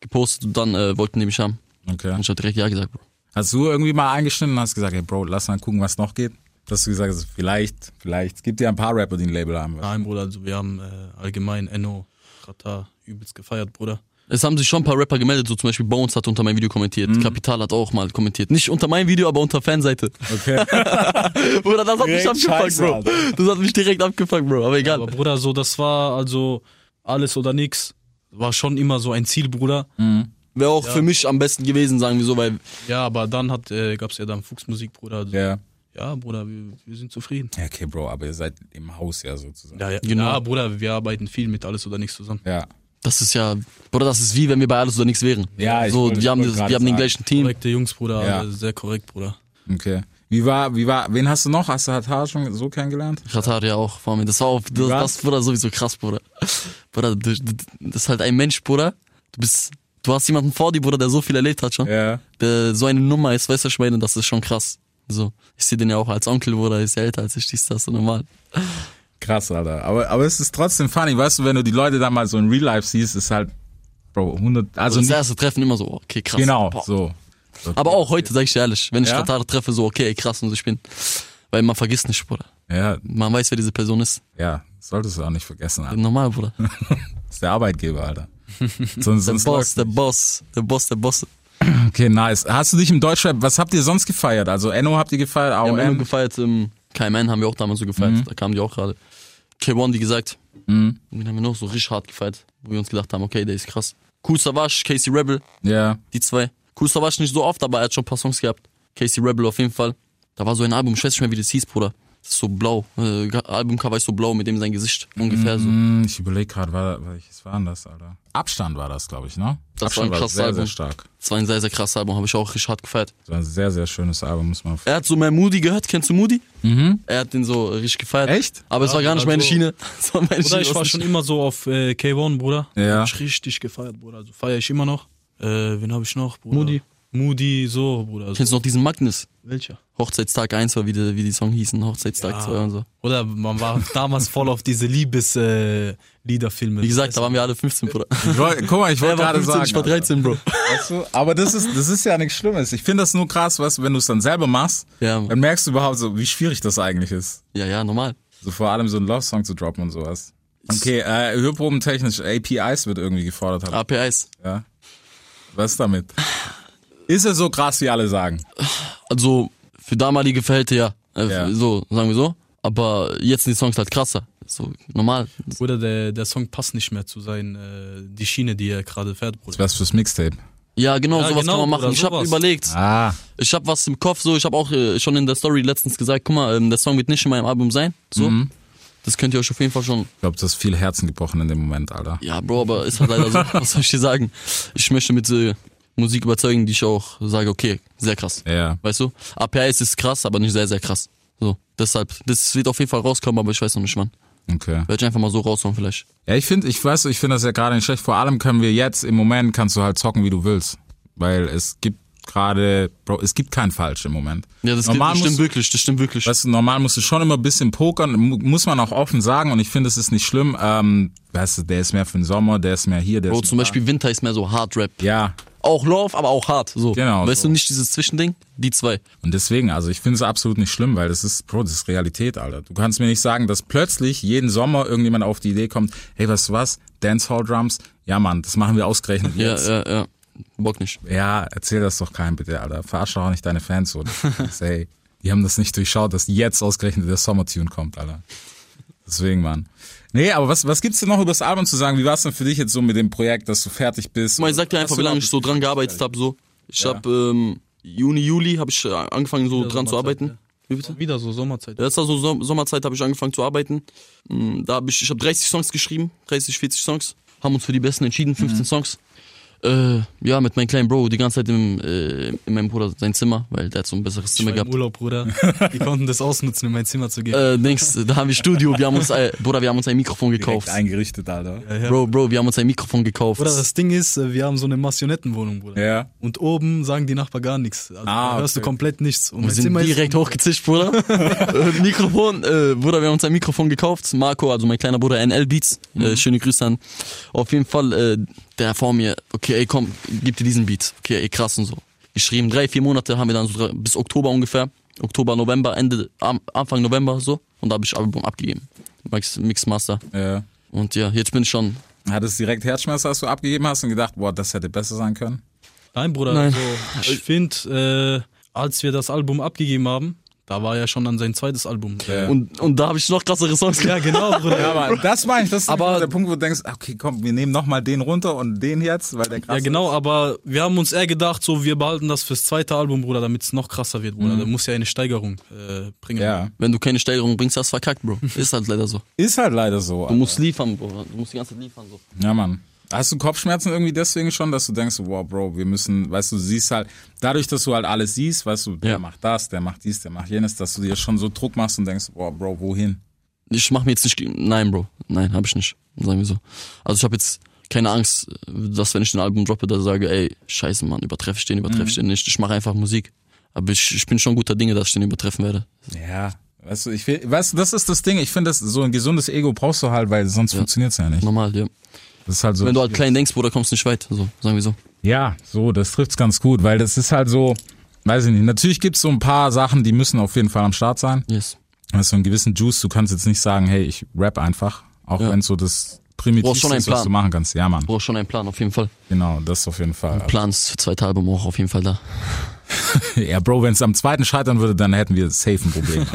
Gepostet und dann äh, wollten die mich haben.
Okay.
Und ich habe direkt Ja gesagt, Bro.
Hast du irgendwie mal eingeschnitten und hast gesagt, hey Bro, lass mal gucken, was noch geht? Dass du gesagt hast, vielleicht, vielleicht. Es gibt ja ein paar Rapper, die ein Label haben.
Ah.
Nein, Bruder, also wir haben äh, allgemein Enno, Rata übelst gefeiert, Bruder.
Es haben sich schon ein paar Rapper gemeldet, so zum Beispiel Bones hat unter mein Video kommentiert,
Mhm.
Kapital hat auch mal kommentiert. Nicht unter mein Video, aber unter Fanseite.
Okay.
Bruder, das hat mich
Direkt
abgefuckt,
scheiße,
Bro.
Alter.
Das hat mich direkt abgefuckt, Bro. Aber egal.
Aber Bruder, so das war also alles oder nix. War schon immer so ein Ziel, Bruder.
Wäre auch für mich am besten gewesen, sagen wir so, weil
Ja, aber dann hat, äh, gab's ja dann Fuchsmusik, Bruder. Also,
ja.
ja, Bruder, wir, wir sind zufrieden.
Ja, okay, Bro, aber ihr seid im Haus ja sozusagen.
Ja, ja,
Genau.
ja, Bruder, wir arbeiten viel mit alles oder nichts zusammen.
Ja.
das ist ja, Bruder, das ist wie wenn wir bei alles oder nichts wären.
Ja, ich
so,
wollte- ich
wir haben,
wollte
das,
gerade
wir haben den
sagen.
gleichen Team.
Korrekte Jungs, Bruder.
Ja.
äh, Sehr korrekt, Bruder.
Okay. Wie war, wie war, wen hast du noch? Hast du Hatar schon so kennengelernt?
Katar ja auch vor mir. Das war auch, das,
Was?
das Bruder, sowieso krass, Bruder. Bruder, du, du, das ist halt ein Mensch, Bruder. Du bist, du hast jemanden vor dir, Bruder, der so viel erlebt hat schon.
Ja.
Der Äh, so eine Nummer ist, weißt du, was ich meine, das ist schon krass. So, ich sehe den ja auch als Onkel, Bruder, ist ja älter als ich, dies, das, so normal.
Krass, Alter. Aber, aber es ist trotzdem funny, weißt du, wenn du die Leute da mal so in Real Life siehst, ist halt, Bro, 100, also
Also das
nicht,
erste Treffen immer so, okay, krass.
genau,
Boah.
so.
Aber auch heute, sag ich dir ehrlich, wenn ich
Ja?
Katar treffe, so, okay, krass, und so, ich bin. Weil man vergisst nicht, Bruder.
Ja,
Man weiß, wer diese Person ist.
ja, solltest du auch nicht vergessen, Alter.
Normal, Bruder.
Das ist der Arbeitgeber, Alter. Sonst,
Der
sonst
Boss,
läuft's
der
nicht.
Boss, der Boss, der Boss.
Okay, nice. Hast du dich im Deutschrap, was habt ihr sonst gefeiert? Also Enno habt ihr gefeiert,
Wir haben immer
AOM?
gefeiert, im KMN haben wir auch damals so gefeiert,
Mhm.
da kamen die auch gerade. K1, wie gesagt. Und Dann haben wir noch so richtig hart gefeiert, wo wir uns gedacht haben, okay, der ist krass. Cool Savage, Casey Rebel,
Ja,
die zwei. Cool Savage nicht so oft, aber er hat schon ein paar Songs gehabt. Casey Rebel auf jeden Fall. Da war so ein Album, ich weiß nicht mehr, wie das hieß, Bruder. Das ist so blau. Äh, Albumcover ist so blau mit dem sein Gesicht. Ungefähr so.
Hm, ich überlege gerade, war, welches war denn das, Alter? Abstand war das, glaube ich, ne?
Das war
Abstand
ein krasses
sehr, sehr
Album.
stark.
Das war ein sehr, sehr krasses Album, habe ich auch richtig hart gefeiert.
Das war ein sehr, sehr schönes Album, muss man
Er hat so mehr Moody gehört, kennst du Moody? Er hat den so richtig gefeiert.
Echt?
Aber es
Ja,
war gar nicht
also-
meine Schiene. Es war meine
Bruder,
Schiene
ich war
was
schon
nicht-
immer so auf äh, K1, Bruder.
Ja.
Hab Ich richtig gefeiert, Bruder. Also feiere ich immer noch. Äh, wen habe ich noch, Bruder? Moody. Moody, so, Bruder. Also,
Kennst du noch diesen Magnus?
welcher?
Hochzeitstag 1 war, wie die, wie die Song hießen, Hochzeitstag 2 und so.
Oder man war damals voll auf diese Liebesliederfilme. Äh, Liederfilme.
Wie gesagt, da waren wir alle 15, Bruder.
Ich wollt, guck mal, ich wollte
Er war
gerade
15,
sagen.
ich war
Alter.
13, Bro.
Weißt du? Aber das ist, das ist ja nichts Schlimmes. Ich finde das nur krass, was, wenn du es dann selber machst,
Ja,
dann merkst du überhaupt so, wie schwierig das eigentlich ist.
ja, ja, normal.
So vor allem so einen Love-Song zu droppen und sowas. Okay, äh, Hörproben technisch, APIs wird irgendwie gefordert. Haben.
APIs.
Ja. Was damit? Ist er so krass, wie alle sagen?
Also, für damalige Verhältnisse, ja. Äh,
Ja.
So, sagen wir so. Aber jetzt sind die Songs halt krasser. So, normal.
Bruder, der, der Song passt nicht mehr zu sein, äh, die Schiene, die er gerade fährt, Bruder.
Was fürs Mixtape?
Ja, genau,
Ja,
sowas
genau,
kann man machen.
Bruder,
ich habe
sowas.
überlegt.
Ah,
Ich habe was im Kopf, so ich habe auch äh, schon in der Story letztens gesagt, guck mal, ähm, der Song wird nicht in meinem Album sein. So,
Mhm.
das könnt ihr euch auf jeden Fall schon.
ich glaube, du hast viel Herzen gebrochen in dem Moment, Alter.
Ja, Bro, aber ist halt leider so. was soll ich dir sagen? Ich möchte mit äh, Musik überzeugen, die ich auch sage, okay, sehr krass.
Ja.
Weißt du? APIs ist krass, aber nicht sehr, sehr krass. So, deshalb, das wird auf jeden Fall rauskommen, aber ich weiß noch nicht wann.
Okay.
Werde ich einfach mal so raushauen vielleicht.
Ja, ich finde, ich weiß, ich finde das ja gerade nicht schlecht. Vor allem können wir jetzt im Moment kannst du halt zocken, wie du willst, weil es gibt gerade, Bro, es gibt keinen falsch im Moment.
Ja, das,
normal
das stimmt
musst,
wirklich, das stimmt wirklich.
weißt du, normal musst du schon immer ein bisschen pokern, mu- muss man auch offen sagen. Und ich finde, es ist nicht schlimm. Ähm, weißt du, der ist mehr für den Sommer, der ist mehr hier, der
Bro,
ist
zum
mehr
Beispiel Winter ist mehr so Hard Rap.
da. Ja,
Auch Love, aber auch hart. So.
Genau,
Weißt
so.
du nicht dieses Zwischending? Die zwei.
Und deswegen, also ich finde es absolut nicht schlimm, weil das ist, Bro, das ist Realität, Alter. Du kannst mir nicht sagen, dass plötzlich jeden Sommer irgendjemand auf die Idee kommt, hey, weißt du was, Dancehall Drums, ja Mann, das machen wir ausgerechnet
Ja,
jetzt.
ja, ja. Bock nicht.
Ja, erzähl das doch keinem bitte, Alter. Verarsch doch auch nicht deine Fans so. Hey, die haben das nicht durchschaut, dass jetzt ausgerechnet der Sommertune kommt, Alter. Deswegen, Mann. Nee, aber was, was gibt's denn noch über das Album zu sagen? Wie war's denn für dich jetzt so mit dem Projekt, dass du fertig bist?
Guck mal, ich sag dir einfach, wie lange ich so dran gearbeitet habe. So. Ich hab ähm, Juni, Juli habe ich äh, angefangen so dran zu
Sommerzeit,
arbeiten.
ja.
Wie bitte?
Wieder so Sommerzeit.
Ja, Das war so Som Sommerzeit, habe ich angefangen zu arbeiten. Mm, Da hab ich, ich habe 30 Songs geschrieben, 30, 40 Songs. Haben uns für die besten entschieden, 15 Songs. Äh, ja, mit meinem kleinen Bro, die ganze Zeit im, äh, in meinem Bruder sein Zimmer, weil der hat so ein besseres
Ich
Zimmer
war im
gehabt.
Urlaub, Bruder. Die konnten das ausnutzen, in mein Zimmer zu gehen.
Äh, Dings, da haben wir Studio, wir haben uns, ein, Bruder, wir haben uns ein Mikrofon gekauft.
eingerichtet, Alter.
Ja.
Bro, Bro, wir haben uns ein Mikrofon gekauft.
Bruder, das Ding ist, äh, wir haben so eine Marionettenwohnung, Bruder.
Ja.
Und oben sagen die Nachbarn gar nichts. Also
Ah,
da hörst
okay.
du komplett nichts. Und
wir
mein
sind
Zimmer
direkt hochgezischt, Bruder. äh, Mikrofon, äh, Bruder, wir haben uns ein Mikrofon gekauft. Marco, also mein kleiner Bruder, NL Beats. Äh, schöne Grüße an. Auf jeden Fall, äh, der vor mir, okay, ey, komm, gib dir diesen Beat. Okay, ey, krass und so. Geschrieben, drei, vier Monate haben wir dann so drei, bis Oktober ungefähr. Oktober, November, Ende, am, Anfang November so. Und da habe ich Album abgegeben. Mix, Mixmaster.
Ja.
Und ja, jetzt bin ich schon
Hattest du direkt Herzschmerz, als du abgegeben hast und gedacht, boah, das hätte besser sein können?
ist- Nein, Bruder,
Nein.
Also, ich finde, äh, als wir das Album abgegeben haben, da war ja schon an sein zweites Album.
Ja.
Und, und da habe ich noch krassere Songs
Ja,
gemacht.
genau, Bruder.
Ja, aber das meine ich, das ist
Aber-
der Punkt, wo du denkst, okay, komm, wir nehmen nochmal den runter und den jetzt, weil der krass
Ja, genau, aber wir haben uns eher gedacht, so, wir behalten das fürs zweite Album, Bruder, damit es noch krasser wird,
Mhm.
Bruder. Da muss ja eine Steigerung äh, bringen.
Ja.
Wenn du keine Steigerung bringst, hast du verkackt, Bro. Ist halt leider so.
Ist halt leider so.
Du musst liefern, Bro. Du musst die ganze Zeit liefern. So.
Ja, Mann. Hast du Kopfschmerzen irgendwie deswegen schon, dass du denkst, wow, Bro, wir müssen, weißt du, du siehst halt, dadurch, dass du halt alles siehst, weißt du, der
Ja.
macht das, der macht dies, der macht jenes, dass du dir schon so Druck machst und denkst, wow, Bro, wohin?
Ich mach mir jetzt nicht. Nein, Bro. Nein, hab ich nicht. Sagen wir so. Also ich habe jetzt keine Angst, dass wenn ich ein Album droppe, da sage, ey, scheiße, Mann, übertreffe ich den, übertreffe ich den nicht. Ich mache einfach Musik. Aber ich, ich bin schon guter Dinge, dass ich den übertreffen werde.
Ja. Weißt du, ich will, weißt du, das ist das Ding, ich finde, das- so ein gesundes Ego brauchst du halt, weil sonst funktioniert's ja nicht.
Normal, ja.
Das ist halt so.
Wenn du halt klein denkst, Bruder, kommst du nicht weit. So, sagen wir so.
Ja, so, das trifft's ganz gut, weil das ist halt so, weiß ich nicht, natürlich gibt's so ein paar Sachen, die müssen auf jeden Fall am Start sein.
Yes.
Weißt du, einen gewissen Juice, du kannst jetzt nicht sagen, hey, ich rap einfach, auch
Ja.
wenn's so das Primitivste
schon einen
ist, was
Plan.
du machen kannst. Ja, Mann.
Brauchst schon einen Plan, auf jeden Fall.
Genau, das auf jeden Fall.
Plan ist für zweite Album auch auf jeden Fall da.
Ja, Bro, wenn es am zweiten scheitern würde, dann hätten wir safe ein Problem.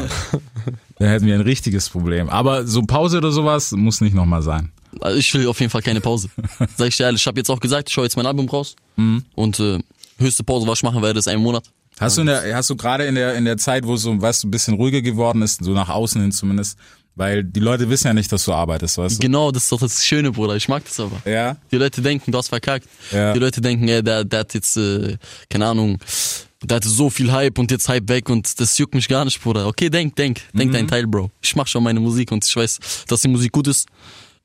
dann hätten wir ein richtiges Problem. Aber so Pause oder sowas muss nicht nochmal sein.
Also ich will auf jeden Fall keine Pause. Sag ich dir ehrlich, ich habe jetzt auch gesagt, ich hau jetzt mein Album raus.
Mhm.
Und äh, höchste Pause, was ich machen werde, ist ein Monat.
Hast du, in der, hast du gerade in der, in der Zeit, wo es so, weißt du, ein bisschen ruhiger geworden ist, so nach außen hin zumindest, weil die Leute wissen ja nicht, dass du arbeitest, weißt du?
Genau, das ist doch das Schöne, Bruder. Ich mag das aber.
Ja.
Die Leute denken, du hast verkackt.
Ja.
Die Leute denken, ey, der, der hat jetzt, äh, keine Ahnung, der hatte so viel Hype und jetzt Hype weg und das juckt mich gar nicht, Bruder. Okay, denk, denk, denk
Mhm.
deinen Teil, Bro. Ich mach schon meine Musik und ich weiß, dass die Musik gut ist.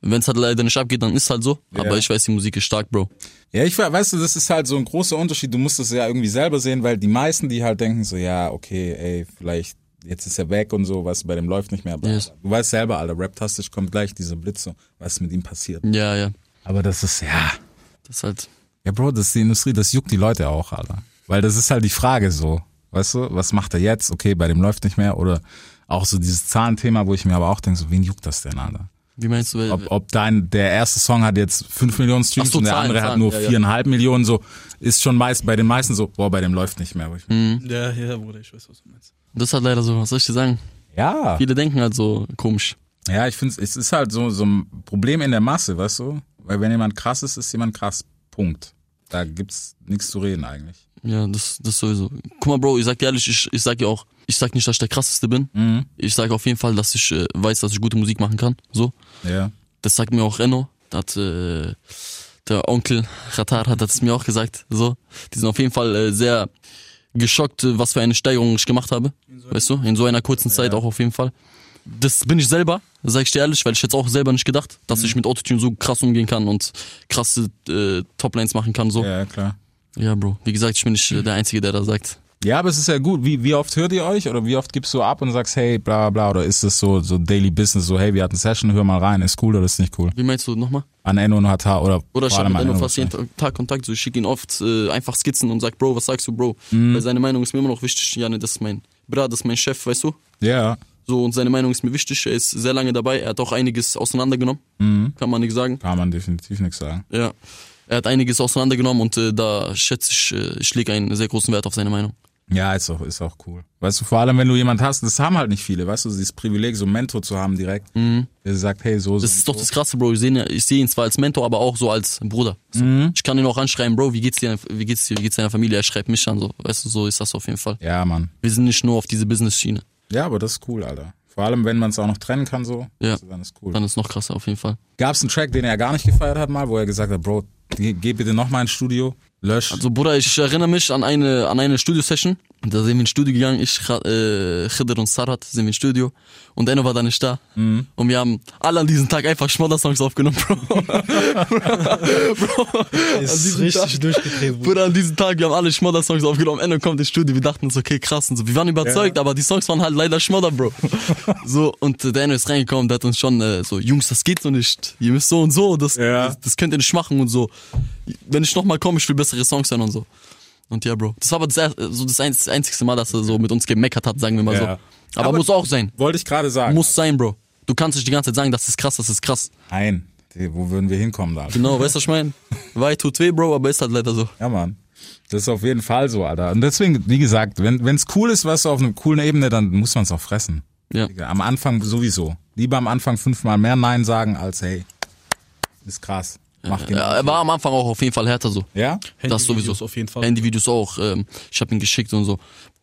Wenn es halt leider nicht abgeht, dann ist halt so. Aber ich weiß, die Musik ist stark, Bro.
Ja, ich we- weißt du, das ist halt so ein großer Unterschied. Du musst es ja irgendwie selber sehen, weil die meisten, die halt denken so, ja, okay, ey, vielleicht jetzt ist er weg und so, was bei dem läuft nicht mehr. Aber
Yes.
Du weißt selber, Alter, raptastisch kommt gleich dieser Blitz, so, was mit ihm passiert.
Ja, ja.
Aber das ist ja.
Das ist halt.
Ja, Bro, das ist die Industrie, das juckt die Leute auch, Alter. Weil das ist halt die Frage so. Weißt du, was macht er jetzt? Okay, bei dem läuft nicht mehr. Oder auch so dieses Zahlenthema, wo ich mir aber auch denke, so, wen juckt das denn, Alter?
Wie meinst du?
Ob, ob dein, der erste Song hat jetzt 5 Millionen Streams
Ach so,
und der
Zahlen,
andere hat
Zahlen,
nur
ja, ja.
4,5 Millionen, so, ist schon meist, bei den meisten so, boah, bei dem läuft nicht mehr. Wo ich mir-
Hm.
Mhm. Ja, ja, Bruder, ich weiß, was du meinst.
das ist halt leider so. Was soll ich dir sagen?
Ja.
Viele denken halt so komisch.
Ja, ich finde, es ist halt so, so ein Problem in der Masse, weißt du? Weil wenn jemand krass ist, ist jemand krass. Punkt. Da gibt's nichts zu reden eigentlich.
Ja, das, das sowieso. Guck mal, Bro, ich sag dir ehrlich, ich, ich sag dir auch, ich sag nicht, dass ich der krasseste bin.
Mhm.
Ich sag auf jeden Fall, dass ich äh, weiß, dass ich gute Musik machen kann. So.
Ja.
Das sagt mir auch Renno. Da hat, äh, der Onkel Ratar hat das mir auch gesagt. So. Die sind auf jeden Fall äh, sehr geschockt, äh, was für eine Steigerung ich gemacht habe. weißt du? In so einer kurzen Zeit auch auf jeden Fall. Das bin ich selber, sag ich dir ehrlich, weil ich jetzt auch selber nicht gedacht, dass ich mit Autotune so krass umgehen kann und krasse äh, Toplines machen kann. So.
Ja, klar.
Ja, Bro. Wie gesagt, ich bin nicht äh, der Einzige, der da sagt.
Ja, aber es ist ja gut. Wie, wie oft hört ihr euch oder wie oft gibst du ab und sagst, hey, bla bla, oder ist das so, so Daily Business, so, hey, wir hatten Session, hör mal rein, ist cool oder ist nicht cool?
Wie meinst du nochmal?
An Enno und HT oder,
Oder ich
vor allem
habe mit
an
Enno
Enno
fast jeden
wahrscheinlich.
Tag Kontakt. So, ich schicke ihn oft äh, einfach Skizzen und sag, Bro, was sagst du, Bro? Weil seine Meinung ist mir immer noch wichtig. Janne, das ist mein Bruder, das ist mein Chef, weißt du?
Ja,
So, und seine Meinung ist mir wichtig. Er ist sehr lange dabei. Er hat auch einiges auseinandergenommen. Kann man nicht sagen.
kann man definitiv nichts sagen.
Ja. Er hat einiges auseinandergenommen und äh, da schätze ich, äh, ich lege einen sehr großen Wert auf seine Meinung.
Ja, ist auch, ist auch cool. Weißt du, vor allem, wenn du jemand hast, das haben halt nicht viele, weißt du, dieses Privileg, so einen Mentor zu haben direkt, der sagt, hey, so, so.
Mhm. Das ist doch das Krasse, Bro. Ich sehe ihn, ich sehe ihn zwar als Mentor, aber auch so als Bruder. So. Ich kann ihn auch anschreiben, Bro, wie geht's dir, wie geht's dir, wie geht's deiner Familie? Er schreibt mich an, so. Weißt du, so ist das auf jeden Fall.
Ja, Mann.
Wir sind nicht nur auf diese Business-Schiene.
Ja, aber das ist cool, Alter. Vor allem, wenn man es auch noch trennen kann, so,
Ja.
also, dann ist cool.
Dann ist noch krasser auf jeden Fall.
Gab's einen Track, den er gar nicht gefeiert hat mal, wo er gesagt hat, Bro, Ge geh bitte nochmal ins Studio, lösch.
Also Bruder, ich erinnere mich an eine, an eine Studio-Session. Da sind wir ins Studio gegangen, ich, äh, Khidr und Sarat sind wir ins Studio und Enno war da nicht da. Und wir haben alle an diesem Tag einfach Schmodder-Songs aufgenommen, Bro.
Ist richtig durchgedreht, Bruder.
Bruder, an diesem Tag, wir haben alle Schmodder-Songs aufgenommen. Enno kommt ins Studio, wir dachten uns, okay, krass und so. Wir waren überzeugt, aber die Songs waren halt leider Schmodder, Bro. so, und äh, der Enno ist reingekommen, der hat uns schon äh, so, Jungs, das geht so nicht. Ihr müsst so und so, das,
Ja.
das, das könnt ihr nicht machen und so. Wenn ich nochmal komme, ich will bessere Songs hören und so. Und ja, Bro. Das war aber das, er- so das einz- einzigste Mal, dass er so mit uns gemeckert hat, sagen wir mal
Ja.
so. Aber,
Aber-
muss auch sein.
Wollte ich gerade sagen.
Muss sein, Bro. Du kannst nicht die ganze Zeit sagen, das ist krass, das ist krass.
Nein, Die- wo würden wir hinkommen da?
Genau, weißt du, was ich meine? Weit tut weh, Bro, aber ist halt leider so.
Ja, Mann. Das ist auf jeden Fall so, Alter. Und deswegen, wie gesagt, wenn wenn's cool ist, was auf einer coolen Ebene, dann muss man's auch fressen.
Ja.
Digga, Am Anfang sowieso. Lieber am Anfang fünfmal mehr Nein sagen, als hey, ist krass. Mach den.
ja. Er war am Anfang auch auf jeden Fall härter so.
ja?
Das sowieso.
Handyvideos auf jeden Fall.
Handyvideos auch. Ähm, ich habe ihn geschickt und so.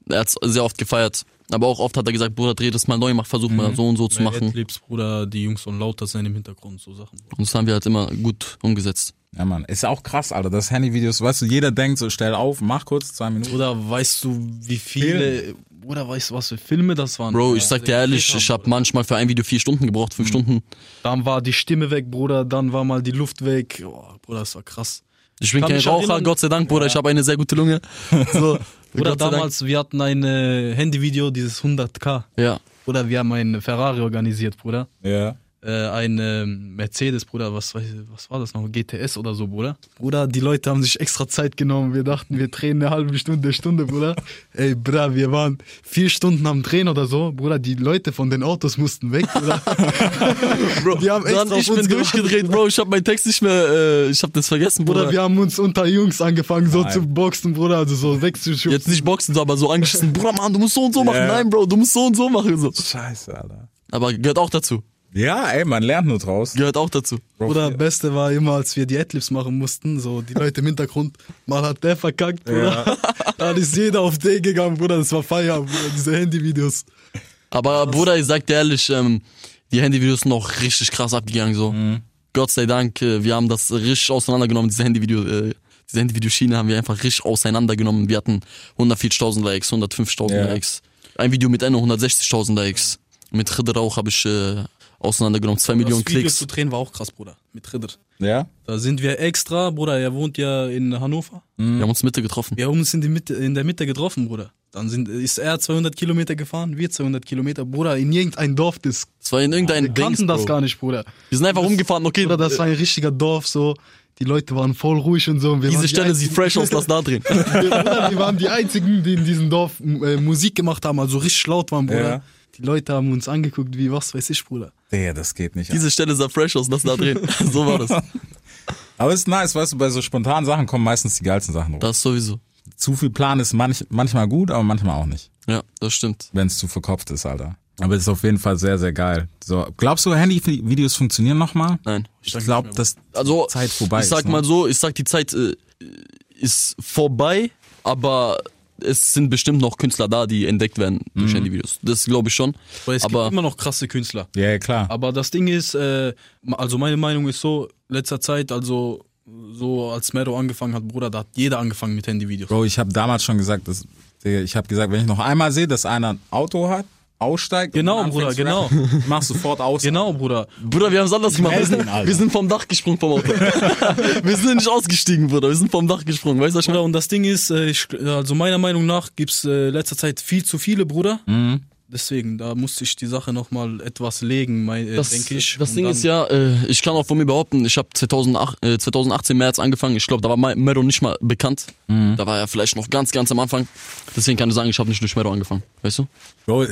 Er hat sehr oft gefeiert. Aber auch oft hat er gesagt, Bruder, dreh das mal neu, mach, versuch
Mhm.
mal so und so zu machen.
Adlibs, Bruder, die Jungs und lauter sein im Hintergrund, so Sachen. Bruder.
Und das haben wir halt immer gut umgesetzt.
Ja, Mann. Ist auch krass, Alter. Das Handyvideos, weißt du, jeder denkt so, stell auf, mach kurz, zwei Minuten.
Bruder, weißt du, wie viele. Bruder, weißt du, was für Filme das waren?
Bro, ich sag dir ehrlich, ich habe manchmal für ein Video vier Stunden gebraucht,
Mhm.
fünf Stunden.
Dann war die Stimme weg, Bruder, dann war mal die Luft weg. Oh, Bruder, das war krass.
Ich bin
Kann
kein
mich
Raucher,
erinnern.
Gott sei Dank, Bruder, ich habe eine sehr gute Lunge. So,
Bruder,
Gott sei Dank.
damals, wir hatten ein äh, Handyvideo, dieses 100k.
Ja.
Bruder, wir haben einen Ferrari organisiert, Bruder.
Ja.
Äh, ein ähm, Mercedes, Bruder, was, weiß ich, was war das noch? GTS oder so, Bruder. Bruder, die Leute haben sich extra Zeit genommen. Wir dachten, wir drehen eine halbe Stunde, Stunde, Bruder. Ey, Bruder, wir waren vier Stunden am Drehen oder so. Bruder, die Leute von den Autos mussten weg, Bruder.
Bro,
Die haben extra
dann,
auf
ich
uns
bin
gewartet.
durchgedreht, Bro, ich habe meinen Text nicht mehr, äh, ich habe das vergessen, Bruder.
Bruder, wir haben uns unter Jungs angefangen, so zu boxen, Bruder, also so wegzuschubsen.
Jetzt nicht boxen, so, aber so angeschissen, Bruder, Mann, du musst so und so machen. Nein, Bro, du musst so und so machen. So.
Scheiße, Alter.
Aber gehört auch dazu.
Ja, ey, man lernt nur draus.
Gehört auch dazu.
Bruder, Beste war immer, als wir die Adlibs machen mussten, so die Leute im Hintergrund, mal hat der verkackt, Bruder. Dann ist jeder auf den gegangen, Bruder, das war Feier, Bruder, diese Handyvideos.
Aber Bruder, ich sag dir ehrlich, ähm, die Handyvideos sind auch richtig krass abgegangen. so.
Mhm.
Gott sei Dank, äh, wir haben das richtig auseinandergenommen, diese Handyvideo, äh, diese Handyvideoschiene haben wir einfach richtig auseinandergenommen. Wir hatten 140.000 Likes, 105.000
Ja.
Likes. Ein Video mit Ende 160.000 Likes. Mit Ritter auch habe ich äh, auseinandergenommen, 2 Millionen Klicks.
drehen war auch krass, Bruder, mit Ritter.
Ja?
Da sind wir extra, Bruder, er wohnt ja in Hannover.
Wir haben uns Mitte getroffen.
Wir haben uns in, die Mitte, in der Mitte getroffen, Bruder. Dann sind, ist er 200 Kilometer gefahren, wir 200 Kilometer, Bruder, in irgendein Dorf, das
Das war in irgendeinem Dings,
kannten das
Bro.
gar nicht, Bruder.
Wir sind einfach rumgefahren, okay,
Bruder, das war ein richtiger Dorf, so. Die Leute waren voll ruhig und so. und wir waren
diese
die
Stelle sieht
einzigen-
fresh aus, lass da drehen.
Wir, Bruder, wir waren die Einzigen, die in diesem Dorf äh, Musik gemacht haben, also richtig laut waren, Bruder.
Ja.
Die Leute haben uns angeguckt, wie was weiß ich, Bruder.
Nee, das geht nicht.
Diese Stelle sah fresh aus, lass da drehen. So war das.
Aber ist nice, weißt du, bei so spontanen Sachen kommen meistens die geilsten Sachen rum.
Das sowieso.
Zu viel Plan ist manch, manchmal gut, aber manchmal auch nicht.
Ja, das stimmt.
wenn es zu verkopft ist, Alter. Aber es ist auf jeden Fall sehr, sehr geil. So, glaubst du, Handyvideos funktionieren nochmal?
Nein.
Ich glaube, dass
Also,
die Zeit vorbei
ich sag
ist. ne?
mal so, ich sag, die Zeit äh, ist vorbei, aber es sind bestimmt noch Künstler da, die entdeckt werden
Mhm.
durch Handyvideos. Das glaube ich schon.
es
Aber
gibt immer noch krasse Künstler.
Ja, ja, klar.
Aber das Ding ist, äh, also meine Meinung ist so, letzter Zeit, also so als Mero angefangen hat, Bruder, da hat jeder angefangen mit Handyvideos.
Bro, ich habe damals schon gesagt, dass, Digga, ich habe gesagt, wenn ich noch einmal sehe, dass einer ein Auto hat, aussteigt. und
Genau,
dann anfängt
Bruder,
zu
genau.
rappen, Mach sofort aus.
Genau, Bruder.
Bruder, wir haben es anders gemacht. Wir sind,
Helden, Alter.
wir sind vom Dach gesprungen vom Auto. wir sind nicht ausgestiegen, Bruder. Wir sind vom Dach gesprungen. Weißt du, was ich
Bruder,
meine?
und das Ding ist, äh, ich, also meiner Meinung nach gibt's äh, letzter Zeit viel zu viele, Bruder.
Mhm.
Deswegen, da musste ich die Sache nochmal etwas legen, mein, äh,
Das,
denke ich.
das
Und
Ding
dann-
ist ja, äh, ich kann auch von mir behaupten, ich habe 2008, äh, 2018 März angefangen. Ich glaube, da war Ma- Mero nicht mal bekannt.
Mhm.
Da war er vielleicht noch ganz, ganz am Anfang. Deswegen kann ich sagen, ich habe nicht durch Mero angefangen. Weißt du?
Bro,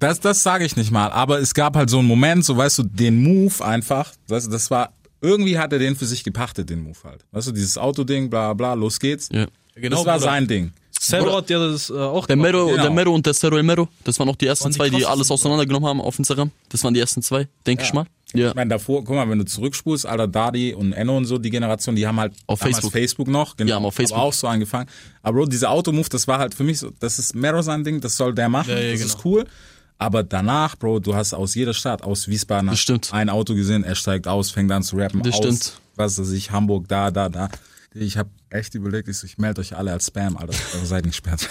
das, das sage ich nicht mal. Aber es gab halt so einen Moment, so weißt du, den Move einfach. Weißt du, das war, irgendwie hat er den für sich gepachtet, den Move halt. Weißt du, dieses Autoding, bla, bla, los geht's.
Ja.
Genau,
das war
Bruder.
sein Ding.
Serro hat ja das äh, auch
Der Mero,
Genau.
der Mero und der Cero El Mero, das waren auch die ersten
Waren die
zwei, die
krassesten,
alles auseinandergenommen haben auf Instagram. Das waren die ersten zwei, denke ich mal. Ja.
Ich meine, davor, guck mal, wenn du zurückspulst, Alter, Dadi und Enno und so, die Generation, die haben halt
Auf
damals
Facebook.
noch, genau,
Ja, haben auf Facebook.
aber auch so angefangen. Aber Bro, dieser Automove, das war halt für mich so, das ist Mero sein Ding, das soll der machen,
ja,
das
genau.
ist cool. Aber danach, Bro, du hast aus jeder Stadt, aus Wiesbaden,
Das stimmt.
ein Auto gesehen, er steigt aus, fängt an zu rappen.
Das
aus,
stimmt.
Was weiß ich, Hamburg, da, da, da. Ich habe echt überlegt, ich, so, ich melde euch alle als Spam, Alter. Eure Seiten gesperrt.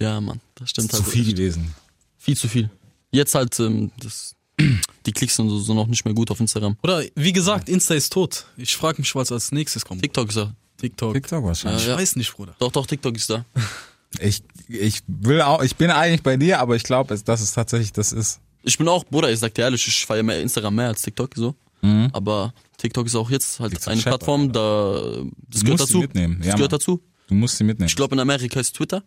Ja, Mann, das stimmt
Zu
halt.
viel gewesen.
viel zu viel. Jetzt halt, ähm, das, die Klicks sind so, so noch nicht mehr gut auf Instagram.
Oder wie gesagt, Insta ist tot. Ich frage mich, was als nächstes kommt.
TikTok ist da.
TikTok.
TikTok wahrscheinlich.
Ich
Ja.
weiß nicht, Bruder.
Doch, doch, TikTok ist da.
Ich, ich will auch, ich bin eigentlich bei dir, aber ich glaube, dass es tatsächlich das ist.
Ich bin auch, Bruder, ich sag dir ehrlich, ich feiere mehr Instagram mehr als TikTok, so. Aber TikTok ist auch jetzt halt
Mhm. TikTok
eine
scheppert,
Plattform, da, das
Du
gehört
musst die
dazu.
mitnehmen,
Das
ja,
gehört
Mann.
dazu.
Du musst sie mitnehmen.
Ich glaube, in Amerika ist Twitter.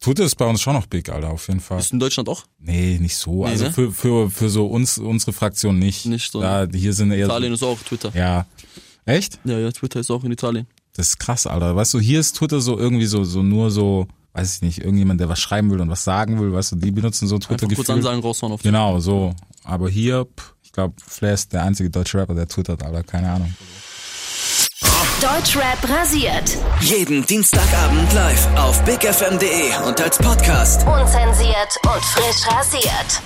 Tut es bei uns schon noch big, Alter, auf jeden Fall.
Ist in Deutschland auch.
nee, nicht so. also
ne?
für, für, für so uns, unsere Fraktion nicht.
Nicht so. ne?
Da, hier sind eher
Italien
so,
ist auch Twitter. Ja.
Ja. Echt?
ja, Twitter ist auch in Italien.
Das ist krass, Alter. Weißt du, hier ist Twitter so irgendwie so, so nur so, weiß ich nicht, irgendjemand, der was schreiben will und was sagen will, weißt du, die benutzen so Twitter
Einfach kurz
gefühlt.
ansagen, raushauen auf
Genau, so. Aber hier, pff, ich glaube, Flair ist der einzige deutsche Rapper, der twittert, Alter. Keine Ahnung.
Deutschrap rasiert.
Jeden Dienstagabend live auf bigfm.de und als Podcast.
Unzensiert und frisch rasiert.